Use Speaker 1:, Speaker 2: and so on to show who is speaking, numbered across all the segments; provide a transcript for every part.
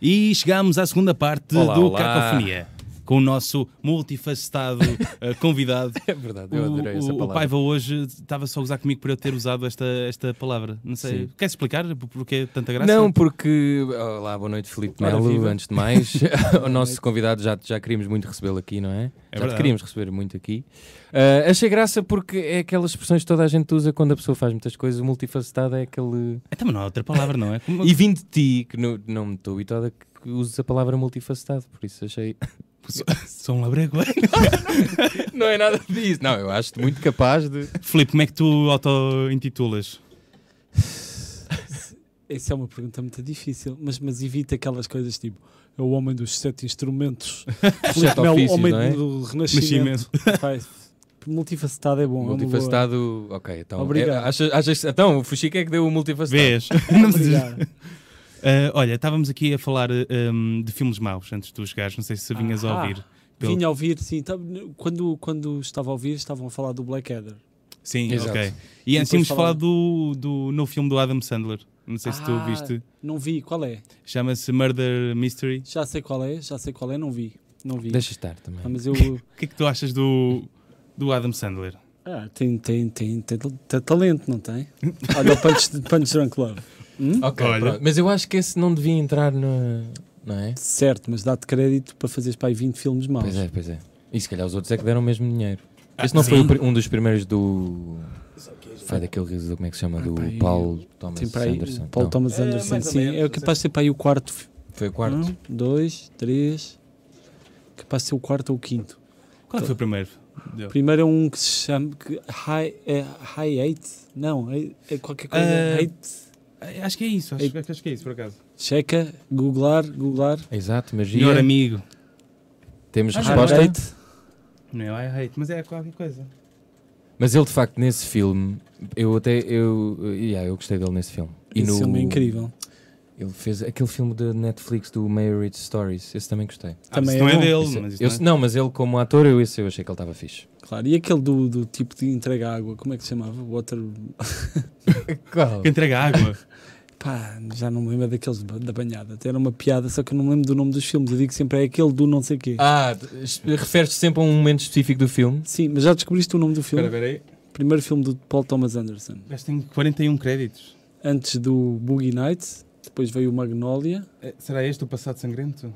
Speaker 1: E chegamos à segunda parte
Speaker 2: Olá,
Speaker 1: do
Speaker 2: olá.
Speaker 1: Cacofonia, com o nosso multifacetado eh, convidado.
Speaker 2: É verdade, eu
Speaker 1: O,
Speaker 2: adorei essa
Speaker 1: o, o
Speaker 2: palavra.
Speaker 1: Paiva hoje estava só a gozar comigo por eu ter usado esta, esta palavra. Não sei.
Speaker 2: Sim.
Speaker 1: Queres explicar por- porque é tanta graça?
Speaker 2: Não, porque. Olá, boa noite, Filipe
Speaker 1: Ora,
Speaker 2: Melo.
Speaker 1: viva.
Speaker 2: Antes de mais, o nosso convidado já, já queríamos muito recebê-lo aqui, não
Speaker 1: É
Speaker 2: é? já
Speaker 1: verdade.
Speaker 2: te queríamos receber muito aqui. Ah, achei graça porque é aquelas expressões que toda a gente usa quando a pessoa faz muitas coisas. O multifacetado é aquele.
Speaker 1: É, também não há outra palavra, não é? Como-
Speaker 2: E vim de ti, que não, não me estou habituado a que uses a palavra multifacetado, por isso achei.
Speaker 1: Sou um labrego.
Speaker 2: não é nada disso. Não, eu acho-te muito capaz de.
Speaker 1: Filipe, como é que tu auto-intitulas?
Speaker 3: Essa é uma pergunta muito difícil, mas, mas evita aquelas coisas tipo é o homem dos sete instrumentos,
Speaker 2: Sete
Speaker 3: é o
Speaker 2: ofícios,
Speaker 3: homem
Speaker 2: não é?
Speaker 3: do renascimento.
Speaker 1: Nascimento.
Speaker 3: Pá, multifacetado é bom. é uma boa-
Speaker 2: Multifacetado. Ok, então.
Speaker 3: Obrigado.
Speaker 2: É, achas, achas- então, o Fuxica é que deu o multifacetado.
Speaker 1: Vês? Não precisas-
Speaker 3: Obrigado.
Speaker 1: Ah, olha, estávamos aqui a falar ah, hum, de filmes maus antes de tu chegares. Não sei se vinhas a
Speaker 3: Ah,
Speaker 1: ouvir. Pelo-
Speaker 3: Vim a ouvir, sim. tá- quando, quando estava a ouvir, estavam a falar do Blackadder.
Speaker 1: Sim,
Speaker 2: Exato.
Speaker 1: ok.
Speaker 3: E
Speaker 1: E antes
Speaker 3: depois
Speaker 1: tínhamos
Speaker 3: falar-
Speaker 1: falado do, do novo filme do Adam Sandler. Não sei se tu
Speaker 3: Ah.
Speaker 1: viste.
Speaker 3: Não vi, qual é?
Speaker 1: Chama-se Murder Mystery.
Speaker 3: Já sei qual é, já sei qual é, não vi. Não vi.
Speaker 2: Deixa estar também.
Speaker 3: Ah, mas eu.
Speaker 1: O que é que tu achas do, do Adam Sandler?
Speaker 3: Ah, tem, tem, tem, tem, tem talento, não tem? Olha o Punch, punch Drunk Love. Hum?
Speaker 2: Ok,
Speaker 1: Olha.
Speaker 2: pronto. mas eu acho que esse não devia entrar no. Não é?
Speaker 3: Certo, mas dá-te crédito para fazeres para aí 20 filmes maus.
Speaker 2: Pois é, pois é. E se calhar os outros é que deram o mesmo dinheiro. Este
Speaker 1: Ah,
Speaker 2: não foi
Speaker 1: sim.
Speaker 2: o pri- um dos primeiros do. Foi daquele realizador, como é que se chama? Do
Speaker 3: Ah, pá, e-
Speaker 2: Paulo Thomas
Speaker 3: Tem para aí
Speaker 2: Anderson.
Speaker 3: o Paul
Speaker 2: Não,
Speaker 3: Thomas
Speaker 1: É,
Speaker 3: Anderson,
Speaker 1: mais ou
Speaker 3: sim.
Speaker 1: menos,
Speaker 3: é capaz de ser para aí o quarto. fi-
Speaker 2: Foi o quarto.
Speaker 3: Um, dois, três. Capaz de ser o quarto ou o quinto.
Speaker 1: Qual é que foi o primeiro?
Speaker 3: O primeiro é um que se chama. Que, high, é, high Eight? Não, é, é qualquer coisa.
Speaker 1: Ah.
Speaker 3: Eight.
Speaker 1: Ah, Acho que é isso. Acho, acho que é isso, por acaso.
Speaker 3: Checa, googlar, googlar.
Speaker 2: Exato, magia.
Speaker 1: Melhor amigo.
Speaker 2: Temos
Speaker 1: Ah,
Speaker 2: resposta.
Speaker 3: Eight.
Speaker 1: Não é I hate, mas é qualquer coisa.
Speaker 2: Mas ele, de facto, nesse filme, eu até. Eu, yeah, eu gostei dele nesse filme. E
Speaker 3: Esse
Speaker 2: no-
Speaker 3: filme é incrível.
Speaker 2: Ele fez aquele filme da Netflix do Marriage Stories. Esse também gostei.
Speaker 1: Também
Speaker 3: Também
Speaker 1: não
Speaker 3: é
Speaker 1: é,
Speaker 3: bom.
Speaker 1: dele,
Speaker 2: Esse-
Speaker 1: mas isso
Speaker 2: eu-
Speaker 1: não é-
Speaker 2: não, mas ele, como ator, eu, esse, eu achei que ele estava fixe.
Speaker 3: Claro. E aquele do, do tipo de entrega água, como é que se chamava? Water.
Speaker 2: Qual?
Speaker 1: que entrega água.
Speaker 3: Pá, já não me lembro daqueles ba- da banhada. Até era uma piada, só que eu não me lembro do nome dos filmes. Eu digo sempre é aquele do não sei quê.
Speaker 2: Ah, es- referes-te sempre a um momento específico do filme?
Speaker 3: Sim, mas já descobriste o nome do filme?
Speaker 1: espera aí.
Speaker 3: Primeiro filme do Paul Thomas Anderson.
Speaker 1: O gajo tem 41 créditos.
Speaker 3: Antes do Boogie Nights, depois veio o Magnolia.
Speaker 1: É, Será este o Passado Sangrento?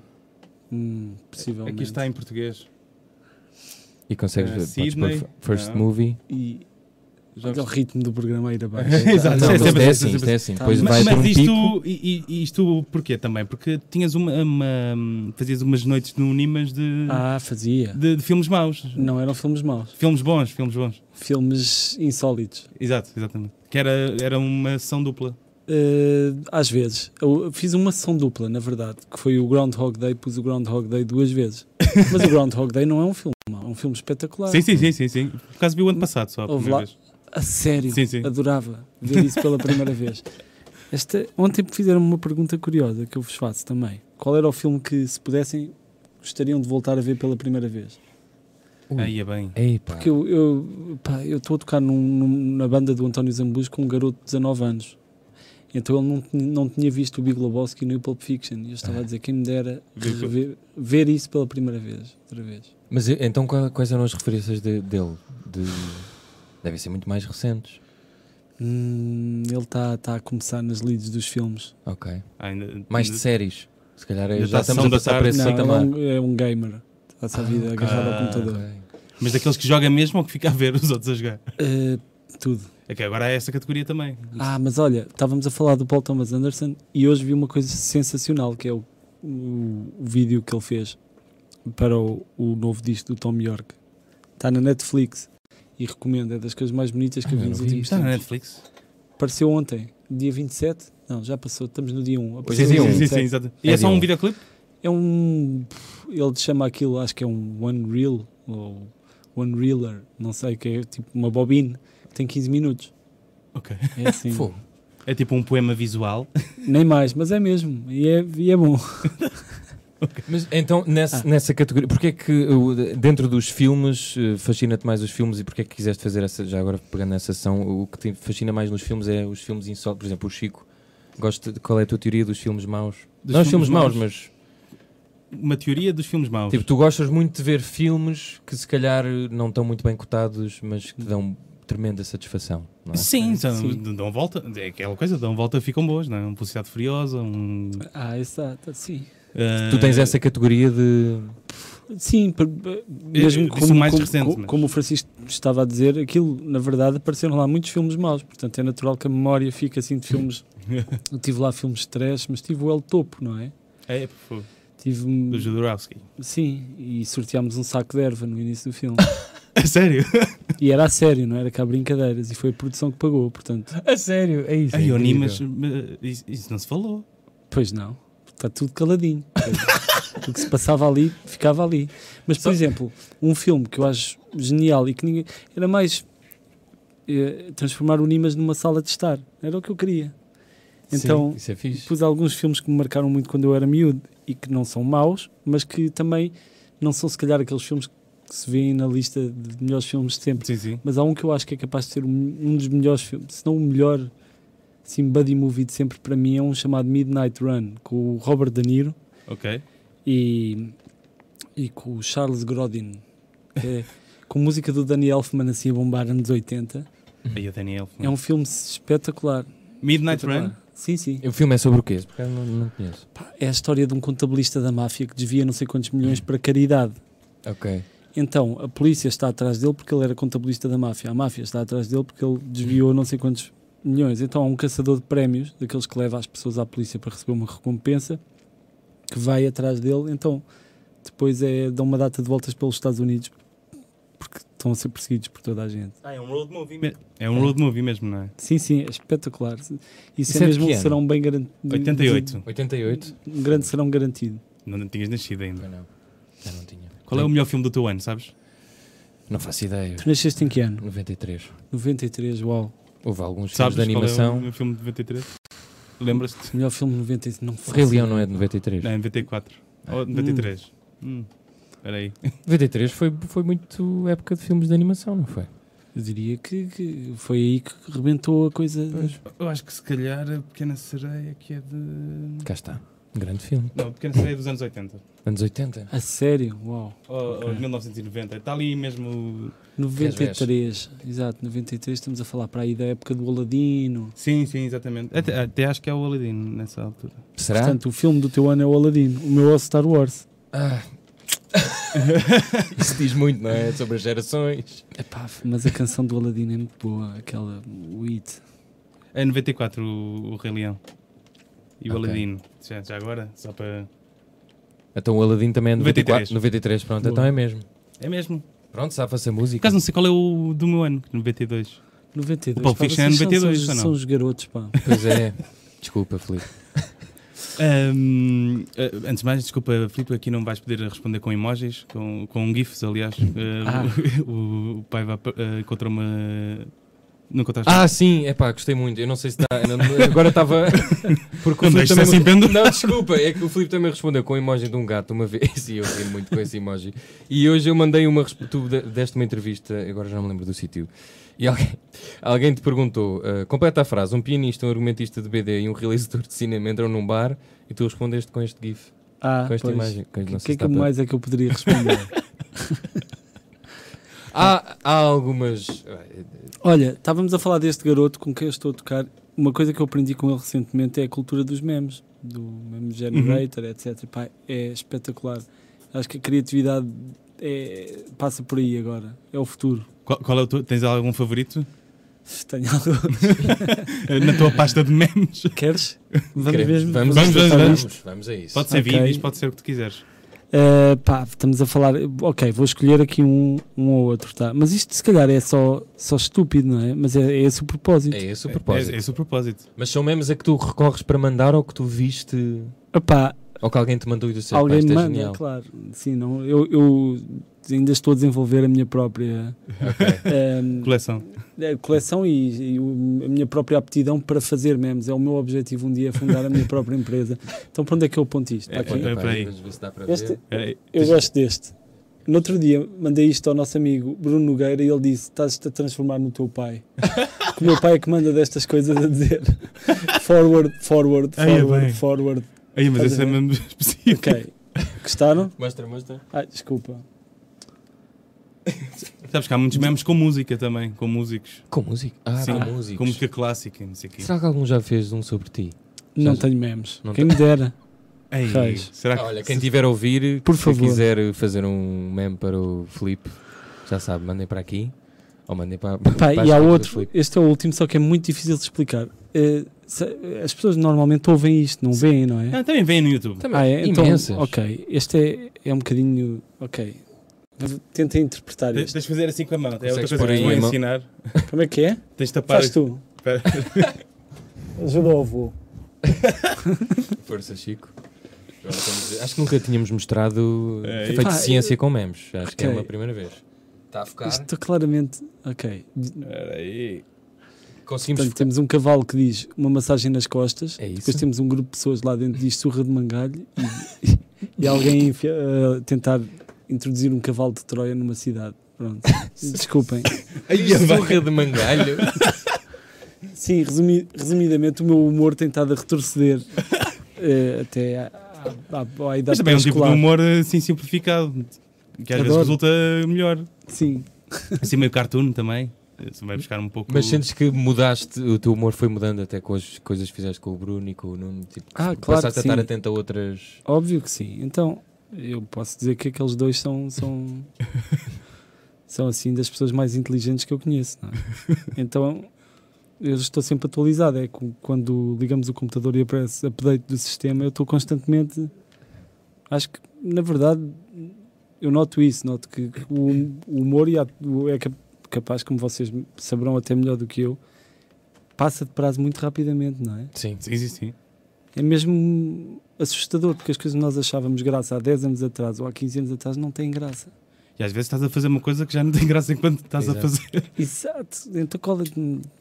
Speaker 3: Hum, possivelmente.
Speaker 1: Aqui está em português.
Speaker 2: E consegues
Speaker 1: Eh,
Speaker 2: ver, podes
Speaker 1: Sydney?
Speaker 2: pôr f- First
Speaker 1: Não.
Speaker 2: Movie?
Speaker 3: E
Speaker 1: Já
Speaker 3: olha o ritmo do programa aí abaixo.
Speaker 1: Exato,
Speaker 2: Não,
Speaker 1: é
Speaker 2: isto
Speaker 1: sempre
Speaker 2: é
Speaker 1: assim,
Speaker 2: assim, isto é assim. Depois vai
Speaker 1: Mas,
Speaker 2: para
Speaker 1: mas
Speaker 2: um pico.
Speaker 1: isto, e, e- isto porquê também? Porque tinhas uma, uma- fazias umas noites anónimas de,
Speaker 3: Ah, fazia.
Speaker 1: de, de filmes maus.
Speaker 3: Não eram filmes maus.
Speaker 1: Filmes bons, filmes bons.
Speaker 3: Filmes insólitos.
Speaker 1: Exato, exatamente. Que era, era uma sessão dupla.
Speaker 3: Eh, às vezes. Eu fiz uma sessão dupla, na verdade, que foi o Groundhog Day. Pus o Groundhog Day duas vezes. Mas o Groundhog Day não é um filme mau, é um filme espetacular.
Speaker 1: Sim, sim, sim, sim, sim. Por acaso vi o ano passado só, a
Speaker 3: Houve
Speaker 1: primeira
Speaker 3: lá-
Speaker 1: vez.
Speaker 3: A sério,
Speaker 1: Sim, sim.
Speaker 3: adorava ver isso pela primeira vez. Esta, ontem fizeram uma pergunta curiosa que eu vos faço também. Qual era o filme que, se pudessem, gostariam de voltar a ver pela primeira vez?
Speaker 2: Ui.
Speaker 1: Aí é bem.
Speaker 2: Ei, pá.
Speaker 3: Porque eu eu pá, eu estou a tocar num- num- na banda do António Zambujo com um garoto de 19 anos. Então ele não, tin- não tinha visto o Big Lebowski no Pulp Fiction. E eu estava a dizer, quem me dera
Speaker 1: Ver o-
Speaker 3: rever- ver isso pela primeira vez, outra vez.
Speaker 2: Mas e- então qua- quais eram as referências de- dele? De... Devem ser muito mais recentes.
Speaker 3: Hum, ele está tá a começar nas leads dos filmes.
Speaker 2: Ok.
Speaker 1: Ah, Ainda,
Speaker 2: Mais de séries. Se calhar
Speaker 1: Já
Speaker 2: já,
Speaker 1: tá
Speaker 2: estamos
Speaker 1: sessão
Speaker 2: a
Speaker 1: da
Speaker 2: passar por
Speaker 1: tarde.
Speaker 2: esse
Speaker 3: não, ele é
Speaker 2: patamar.
Speaker 3: um, é um gamer. Está a vida agarrado ao computador.
Speaker 2: Ah, Ok.
Speaker 1: Mas daqueles que joga mesmo ou que fica a ver os outros a jogar?
Speaker 3: Eh, tudo.
Speaker 1: É que agora é essa categoria também.
Speaker 3: Ah, mas olha, estávamos a falar do Paul Thomas Anderson e hoje vi uma coisa sensacional que é o, o- o vídeo que ele fez para o, o novo disco do Tom York. Está na Netflix e recomendo, é das coisas mais bonitas que eu
Speaker 2: Ah,
Speaker 3: vi
Speaker 2: eu
Speaker 3: nos
Speaker 2: não vi
Speaker 3: últimos
Speaker 1: Está na
Speaker 3: tempos.
Speaker 1: Netflix.
Speaker 3: Apareceu ontem, dia 27. Não, já passou, estamos no dia 1.
Speaker 2: Pois é,
Speaker 3: Apareceu
Speaker 2: dia
Speaker 3: no
Speaker 2: um.
Speaker 1: sim, sim,
Speaker 3: 27.
Speaker 1: sim, exato. E
Speaker 2: É
Speaker 1: é só
Speaker 2: dia
Speaker 1: um
Speaker 2: um.
Speaker 1: videoclipe?
Speaker 3: É um. Ele chama aquilo, acho que é um One Reel ou One Reeler, não sei, que é tipo uma bobine que tem 15 minutos.
Speaker 1: Ok.
Speaker 3: É assim.
Speaker 2: Fogo.
Speaker 1: É tipo um poema visual.
Speaker 3: Nem mais, mas é mesmo. E é, e é bom.
Speaker 2: Mas então, nessa, nessa categoria, porque é que o- dentro dos filmes eh, fascina-te mais os filmes e porque é que quiseste fazer essa, já agora pegando nessa sessão, o que te fascina mais nos filmes é os filmes insólitos, por exemplo, o Chico. Gosta de, qual é a tua teoria dos filmes maus?
Speaker 1: dos
Speaker 2: não os filmes maus, mas
Speaker 1: Uma teoria dos filmes maus.
Speaker 2: tipo, tu gostas muito de ver filmes que se calhar não estão muito bem cotados, mas que te dão tremenda satisfação. Não é?
Speaker 1: Sim, são,
Speaker 3: Sim.
Speaker 1: dão volta, é aquela coisa, dão volta ficam boas, não é? Um Publicidade Furiosa, um...
Speaker 3: Ah, exato, sim.
Speaker 1: eh,
Speaker 2: Tu tens essa categoria de.
Speaker 3: Sim, per- per- mesmo
Speaker 1: Eh, isso
Speaker 3: como,
Speaker 1: mais
Speaker 3: como,
Speaker 1: recente,
Speaker 3: co-
Speaker 1: mas-
Speaker 3: como o Francisco estava a dizer, aquilo, na verdade, apareceram lá muitos filmes maus, portanto é natural que a memória fique assim de filmes. Eu tive lá filmes de trash, mas tive o El Topo, não é?
Speaker 1: É, por favor,
Speaker 3: Tive. um
Speaker 1: do Jodorowsky.
Speaker 3: Sim, e sorteámos um saco de erva no início do filme.
Speaker 1: A sério?
Speaker 3: e era a sério, não é? era cá brincadeiras, e foi a produção que pagou, portanto.
Speaker 2: A sério, é isso.
Speaker 1: Ai, Oni, mas mas isso, isso não se falou.
Speaker 3: Pois não, está tudo caladinho. o que se passava ali ficava ali. Mas, por exemplo, um filme que eu acho genial e que ninguém. Era mais eh, transformar o Nimas numa sala de estar. Era o que eu queria. Então,
Speaker 2: isso é fixe.
Speaker 3: pus alguns filmes que me marcaram muito quando eu era miúdo e que não são maus, mas que também não são, se calhar, aqueles filmes que se vêem na lista de melhores filmes de sempre.
Speaker 1: Sim, sim.
Speaker 3: Mas há um que eu acho que é capaz de ser um, um dos melhores filmes, se não o melhor assim, buddy movie de sempre para mim, é um chamado Midnight Run, com o Robert De Niro
Speaker 1: Ok.
Speaker 3: e, e com o Charles Grodin, que é- com música do Danny Elfman assim a bombar anos 80.
Speaker 1: Aí a Daniel.
Speaker 3: É um filme espetacular.
Speaker 1: Midnight Run.
Speaker 3: espetacular. Sim, sim.
Speaker 2: O filme é sobre o quê? Porque eu não, não conheço.
Speaker 3: Pá, É a história de um contabilista da máfia que desvia não sei quantos milhões para caridade.
Speaker 2: Ok.
Speaker 3: Então, a polícia está atrás dele porque ele era contabilista da máfia. A máfia está atrás dele porque ele desviou não sei quantos milhões. Então, há um caçador de prémios, daqueles que leva as pessoas à polícia para receber uma recompensa, que vai atrás dele. Então, depois é dão uma data de voltas pelos Estados Unidos porque estão a ser perseguidos por toda a gente.
Speaker 1: Ah, é um road movie mesmo. É um road movie mesmo, não é?
Speaker 3: Sim, sim, é espetacular. Isso,
Speaker 2: Isso é
Speaker 3: é
Speaker 2: de
Speaker 3: mesmo
Speaker 2: que
Speaker 3: um
Speaker 2: ano?
Speaker 3: serão bem garantido.
Speaker 1: 88.
Speaker 2: 88?
Speaker 3: Um grande serão garantido.
Speaker 1: Não, não tinhas nascido ainda.
Speaker 2: Não, não. Já não tinha.
Speaker 1: Qual é o melhor filme do teu ano, sabes?
Speaker 2: Não faço ideia.
Speaker 3: Tu nasceste em que ano?
Speaker 2: 93.
Speaker 3: 93, uau.
Speaker 2: Houve alguns
Speaker 1: Sabes
Speaker 2: filmes de
Speaker 1: Qual é o
Speaker 2: animação.
Speaker 1: meu filme de 93? Lembras-te?
Speaker 3: O melhor filme de 93. Não
Speaker 2: O
Speaker 3: faço
Speaker 2: Rei Leão
Speaker 3: ideia.
Speaker 2: não é de 93.
Speaker 1: Não, 94. Ou 93. Ah. Hum. Espera aí.
Speaker 2: 93 foi, foi muito época de filmes de animação, não foi?
Speaker 3: Eu diria que, que foi aí que rebentou a coisa.
Speaker 1: Eu acho que se calhar a Pequena Sereia que é de.
Speaker 2: Cá está. Um Grande filme.
Speaker 1: Não, a Pequena Sereia é dos anos 80.
Speaker 2: Anos 80.
Speaker 3: A sério, uau.
Speaker 1: Ou, ou de 1990. Está ali mesmo.
Speaker 3: 93, exato, 93, estamos a falar para aí da época do Aladino.
Speaker 1: Sim, sim, exatamente. Até, até acho que é o Aladino nessa altura.
Speaker 2: Será?
Speaker 3: Portanto, o filme do teu ano é o Aladino, o meu é o Star Wars.
Speaker 2: Ah. Isso diz muito, não é? Sobre as gerações.
Speaker 3: Epá, mas a canção do Aladino é muito boa, aquela o It.
Speaker 1: É 94 o, o Rei Leão. E o
Speaker 2: Ok.
Speaker 1: Aladino. Já, já agora? Só para.
Speaker 2: Então o Aladdin também é de 94.
Speaker 1: 93.
Speaker 2: 93, pronto.
Speaker 3: Boa.
Speaker 2: Então é mesmo.
Speaker 1: É mesmo.
Speaker 2: Pronto, safa-se a
Speaker 1: Por
Speaker 2: música.
Speaker 1: acaso não sei qual é o do meu ano, 92. O
Speaker 3: 92.
Speaker 1: Pulp
Speaker 3: pá,
Speaker 1: Fiction é
Speaker 3: vocês são-
Speaker 1: 92,
Speaker 3: são,
Speaker 1: ou não?
Speaker 3: são os garotos, pá.
Speaker 2: Pois é. Desculpa, Felipe.
Speaker 1: Ahm, eh, antes de mais, desculpa, Filipe, aqui não vais poder responder com emojis, com, com GIFs, aliás. Eh,
Speaker 3: Ah.
Speaker 1: o, o pai vai, eh, encontrou uma. Não encontraste?
Speaker 2: Ah, sim, é pá, gostei muito. Eu não sei se está. Agora estava. Porque
Speaker 1: Não
Speaker 2: Filipe
Speaker 1: deixes assim pendurado.
Speaker 2: Não, desculpa, é que o Filipe também respondeu com a imagem de um gato uma vez e eu ri muito com esse emoji. E hoje eu mandei uma. resp- Tu de- deste uma entrevista, agora já não me lembro do sítio. E alguém, alguém te perguntou: ah, completa a frase, um pianista, um argumentista de BD e um realizador de cinema entram num bar e tu respondeste com este GIF,
Speaker 3: Ah,
Speaker 2: com esta
Speaker 3: pois.
Speaker 2: imagem. Com, não sei
Speaker 3: O que é
Speaker 2: se
Speaker 3: que
Speaker 2: está para-
Speaker 3: mais é que eu poderia responder? tá?
Speaker 2: Há, há algumas. eh,
Speaker 3: Olha, estávamos a falar deste garoto com quem eu estou a tocar. Uma coisa que eu aprendi com ele recentemente é a cultura dos memes, do meme generator,
Speaker 2: Uhum.
Speaker 3: etc. Pá, é espetacular. Acho que a criatividade é- passa por aí agora. É o futuro.
Speaker 1: Qual, qual é o teu? Tens algum favorito?
Speaker 3: Tenho algo.
Speaker 1: Eh, Na tua pasta de memes?
Speaker 3: Queres? Vamos
Speaker 2: Queremos-
Speaker 3: mesmo.
Speaker 2: vamos,
Speaker 1: Vamos,
Speaker 2: vamos,
Speaker 1: vamos,
Speaker 2: vamos, vamos a isso.
Speaker 1: Pode ser
Speaker 3: Ok.
Speaker 1: vídeos, pode ser o que tu quiseres.
Speaker 3: Uh, pá, estamos a falar. Ok, vou escolher aqui um, um ou outro, tá? Mas isto se calhar é só, só estúpido, não é? Mas é, é esse o propósito.
Speaker 2: É esse o
Speaker 1: É,
Speaker 2: propósito.
Speaker 1: é esse o propósito.
Speaker 2: Mas são memes a que tu recorres para mandar ou que tu viste
Speaker 3: Opá,
Speaker 2: ou que alguém te mandou e tu disseste, pá,
Speaker 3: Alguém
Speaker 2: isto
Speaker 3: me
Speaker 2: é
Speaker 3: manda,
Speaker 2: genial.
Speaker 3: claro. Sim, não, eu, eu ainda estou a desenvolver a minha própria ehm,
Speaker 1: Coleção.
Speaker 3: eh, coleção e, e o- a minha própria aptidão para fazer memes. É o meu objetivo um dia fundar a minha própria empresa. Então, para onde é que eu aponto isto? Está
Speaker 1: É,
Speaker 3: aqui?
Speaker 1: é,
Speaker 2: Pá,
Speaker 1: para aí.
Speaker 2: vamos ver se dá para
Speaker 3: Este-
Speaker 2: ver.
Speaker 1: Espera aí.
Speaker 3: eu gosto deste. No outro dia mandei isto ao nosso amigo Bruno Nogueira e ele disse: Estás-te a transformar no teu pai. Porque o meu pai é que manda destas coisas a dizer forward, forward,
Speaker 1: Ai, é
Speaker 3: forward,
Speaker 1: bem.
Speaker 3: forward.
Speaker 1: Aí, mas
Speaker 3: Estás
Speaker 1: esse
Speaker 3: a
Speaker 1: é
Speaker 3: ver?
Speaker 1: mesmo específico.
Speaker 3: Ok. Gostaram?
Speaker 2: Mostra, mostra.
Speaker 3: Ai, desculpa.
Speaker 1: Sabes que há muitos memes com música também, com músicos.
Speaker 2: Com música? Ah,
Speaker 1: Sim,
Speaker 2: com músicos.
Speaker 1: Com música clássica, e não sei o quê.
Speaker 2: Será que algum já fez um sobre ti?
Speaker 3: Não
Speaker 2: Sabes-
Speaker 3: tenho memes.
Speaker 2: Não
Speaker 3: Quem me dera.
Speaker 1: Ei,
Speaker 3: Reis.
Speaker 1: será que.
Speaker 2: Olha, quem tiver a ouvir,
Speaker 3: Por
Speaker 2: se
Speaker 3: favor.
Speaker 2: quiser fazer um meme para o Felipe, já sabe, mandem para aqui. Ou mandem para,
Speaker 3: Pá,
Speaker 2: para as
Speaker 3: e há
Speaker 2: redes do
Speaker 3: outro.
Speaker 2: Filipe.
Speaker 3: Este é o último, só que é muito difícil de explicar. Eh, se- as pessoas normalmente ouvem isto, não veem, não é?
Speaker 1: Ah, também vem no YouTube.
Speaker 2: Também,
Speaker 3: Ah, é? Então,
Speaker 2: imensas.
Speaker 3: ok. Este é, é um bocadinho. Ok. Tenta interpretar
Speaker 1: Tens
Speaker 3: isto.
Speaker 1: de fazer assim com a mão. É outra
Speaker 2: Consegues
Speaker 1: coisa
Speaker 2: pôr
Speaker 1: que te
Speaker 2: aí
Speaker 1: vou
Speaker 2: a mão?
Speaker 1: ensinar.
Speaker 3: Como é que é?
Speaker 1: Tens de tapar.
Speaker 3: Faz tu.
Speaker 1: Espera.
Speaker 3: Ajuda ao avô.
Speaker 2: Força, Chico. Agora estamos- Acho que nunca tínhamos mostrado
Speaker 1: É,
Speaker 2: feito
Speaker 3: Ah,
Speaker 2: ciência com memes. Acho que é
Speaker 3: ok.
Speaker 2: uma primeira vez. Está a focar.
Speaker 3: Isto claramente. Ok.
Speaker 1: Espera aí.
Speaker 2: Conseguimos
Speaker 3: Portanto,
Speaker 2: focar.
Speaker 3: temos um cavalo que diz uma massagem nas costas.
Speaker 2: É isso.
Speaker 3: Depois temos um grupo de pessoas lá dentro que diz surra de mangalho. E, e alguém enfia- a tentar introduzir um cavalo de Troia numa cidade. Pronto. Desculpem.
Speaker 1: Ai, é a vaca.
Speaker 2: de mangalho.
Speaker 3: Sim, resumi- resumidamente, o meu humor tem estado a retroceder eh, até à, à- à idade
Speaker 1: Mas também é um tipo de
Speaker 3: pré-escolar.
Speaker 1: humor assim simplificado. Que às vezes
Speaker 3: Adoro.
Speaker 1: resulta melhor.
Speaker 3: Sim.
Speaker 1: Assim meio cartoon também. Se vai buscar um pouco.
Speaker 2: Mas sentes que mudaste, o teu humor foi mudando até com as coisas que fizeste com o Bruno e com o Nuno. Tipo,
Speaker 3: Ah, claro
Speaker 2: passaste a
Speaker 3: que
Speaker 2: estar
Speaker 3: sim.
Speaker 2: atento a outras.
Speaker 3: Óbvio que sim. Então, eu posso dizer que aqueles dois são são, são assim das pessoas mais inteligentes que eu conheço. não é? Então, eu estou sempre atualizado. É com- quando ligamos o computador e aparece update do sistema, eu estou constantemente. Acho que, na verdade, eu noto isso. Noto que que o, o humor e a- o- é cap- capaz, como vocês saberão até melhor do que eu, passa de prazo muito rapidamente, não é?
Speaker 2: Sim.
Speaker 1: Sim, sim, sim.
Speaker 3: é mesmo assustador, porque as coisas que nós achávamos graça há 10 anos atrás ou há 15 anos atrás não têm graça.
Speaker 1: E às vezes estás a fazer uma coisa que já não tem graça enquanto estás a
Speaker 2: Exato.
Speaker 1: fazer.
Speaker 3: Exato. Então qual é que-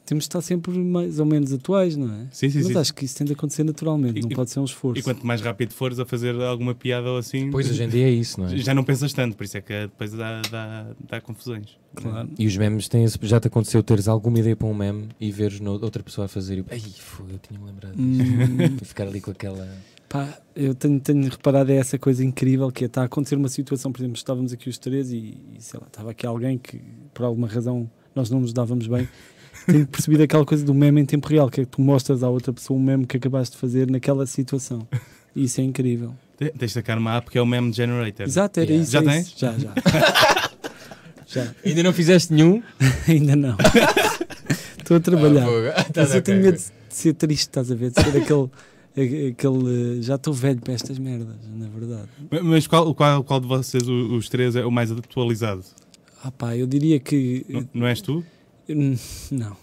Speaker 3: temos de estar sempre mais ou menos atuais, não é?
Speaker 1: Sim, sim,
Speaker 3: Mas
Speaker 1: sim.
Speaker 3: acho que isso tem de acontecer naturalmente,
Speaker 1: E-
Speaker 3: não
Speaker 1: e-
Speaker 3: pode ser um esforço.
Speaker 1: E quanto mais rápido fores a fazer alguma piada ou assim,
Speaker 2: Pois hoje em dia é isso, não é?
Speaker 1: já não pensas tanto. Por isso é que depois dá, dá, dá confusões.
Speaker 3: Claro.
Speaker 2: E os memes têm esse- Já te aconteceu teres alguma ideia para um meme e veres no- outra pessoa a fazer e. Ei, fogo, eu tinha-me lembrado disso.
Speaker 3: Hum,
Speaker 2: E ficar ali com aquela.
Speaker 3: pá, eu tenho, tenho reparado é essa coisa incrível que é, está a acontecer uma situação, por exemplo, estávamos aqui os três e, e, sei lá, estava aqui alguém que por alguma razão nós não nos dávamos bem. Tenho percebido aquela coisa do meme em tempo real, que é que tu mostras à outra pessoa um meme que acabaste de fazer naquela situação. E isso é incrível.
Speaker 1: Te- Tens de sacar uma app que é o Meme Generator.
Speaker 3: Exato, era
Speaker 2: Yeah.
Speaker 3: isso.
Speaker 1: Já
Speaker 3: era
Speaker 1: tens?
Speaker 3: isso. Já, já. já.
Speaker 2: Ainda não fizeste nenhum?
Speaker 3: Ainda não. Estou a trabalhar. Mas eu
Speaker 2: Ah, ok,
Speaker 3: tenho medo
Speaker 2: ok.
Speaker 3: de ser triste, estás a ver? De ser aquele. a- aquele eh, já estou velho para estas merdas, na verdade.
Speaker 1: Ma- Mas qual, qual, qual de vocês, o- os três, é o mais atualizado?
Speaker 3: Ah, pá, eu diria que. eh,
Speaker 1: Não, não és tu?
Speaker 3: Hum, Não.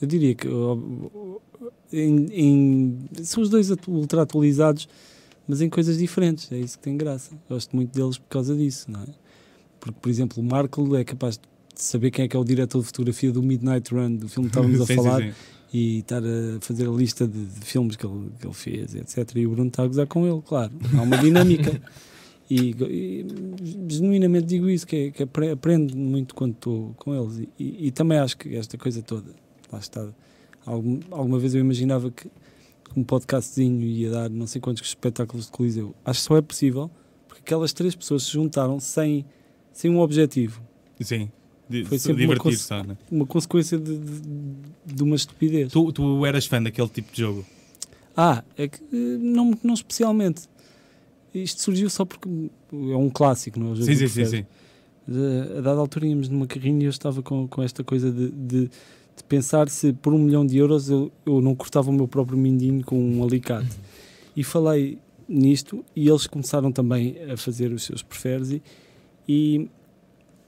Speaker 3: Eu diria que. oh, em- em- são os dois atu- ultra atualizados, mas em coisas diferentes. É isso que tem graça. Gosto muito deles por causa disso, não é? Porque, por exemplo, o Marco é capaz de saber quem é que é o diretor de fotografia do Midnight Run, do filme que estávamos a
Speaker 1: Sim, sim,
Speaker 3: falar,
Speaker 1: sim.
Speaker 3: e estar a fazer a lista de, de filmes que ele, que ele fez, etc. E o Bruno está a gozar com ele, claro. Há uma dinâmica. e, go- e, genuinamente digo isso, que, é- que apre- aprendo muito quando estou com eles. E, e- e também acho que esta coisa toda, lá está. Algum- alguma vez eu imaginava que um podcastzinho ia dar não sei quantos espetáculos de Coliseu. Acho que só é possível porque aquelas três pessoas se juntaram sem, sem um objetivo.
Speaker 1: Sim. Di-
Speaker 3: Foi
Speaker 1: se
Speaker 3: sempre uma
Speaker 1: divertir
Speaker 3: cons-
Speaker 1: só, né?
Speaker 3: Uma consequência de, de, de uma estupidez.
Speaker 1: tu, tu eras fã daquele tipo de jogo.
Speaker 3: Ah, é que eh, não, não especialmente. Isto surgiu só porque é um clássico, não é? O jogo
Speaker 1: Sim,
Speaker 3: do
Speaker 1: sim, sim,
Speaker 3: Profeta.
Speaker 1: sim.
Speaker 3: De- a dada altura íamos numa carrinha e eu estava com, com esta coisa de, de, de pensar se por um milhão de euros eu, eu não cortava o meu próprio mindinho com um alicate. e falei nisto e eles começaram também a fazer os seus preferes e, e,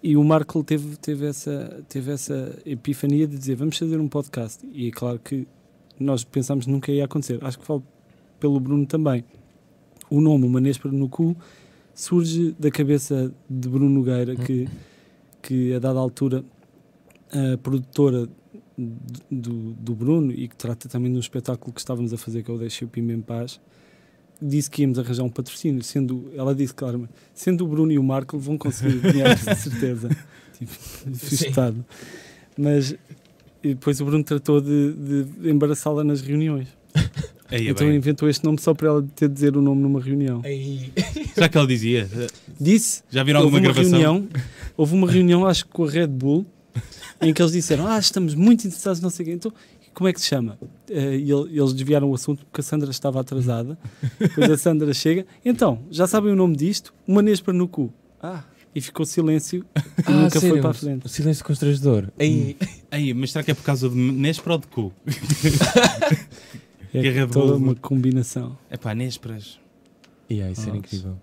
Speaker 3: e o Marco teve, teve, essa, teve essa epifania de dizer vamos fazer um podcast. E é claro que nós pensámos que nunca ia acontecer. Acho que falo pelo Bruno também. O nome, uma Nespera no cu, surge da cabeça de Bruno Nogueira, que, que a dada altura, a produtora d- do, do Bruno, e que trata também de um espetáculo que estávamos a fazer, que é o Deixa o Pima em Paz, disse que íamos arranjar um patrocínio. Sendo, ela disse, claro, sendo o Bruno e o Marco, vão conseguir dinheiro, de certeza. Tipo, assustado. Mas e depois o Bruno tratou de, de embaraçá-la nas reuniões.
Speaker 1: Aí é
Speaker 3: então
Speaker 1: bem. É
Speaker 3: inventou este nome só para ela ter de dizer o nome numa reunião.
Speaker 1: Será que ele dizia? Eh,
Speaker 3: Disse,
Speaker 1: Já viram
Speaker 3: houve
Speaker 1: alguma
Speaker 3: uma
Speaker 1: gravação?
Speaker 3: reunião, houve uma reunião, acho que com a Red Bull, em que eles disseram, ah, estamos muito interessados, não sei o quê, então, como é que se chama? Eh, e ele- eles desviaram o assunto porque a Sandra estava atrasada, depois a Sandra chega, então, já sabem o nome disto? Uma Nespra no cu.
Speaker 2: Ah.
Speaker 3: E ficou silêncio e
Speaker 2: tá.
Speaker 3: nunca foi para a
Speaker 2: O
Speaker 3: frente.
Speaker 2: Ah, Um silêncio constrangedor. Hum. Aí.
Speaker 1: Aí, mas será que é por causa de Nespra ou de cu? E a
Speaker 3: É
Speaker 1: Red
Speaker 3: toda
Speaker 1: Bull-
Speaker 3: uma combinação.
Speaker 1: É pá, Nespras.
Speaker 2: E aí, isso era
Speaker 3: Nossa.
Speaker 2: incrível.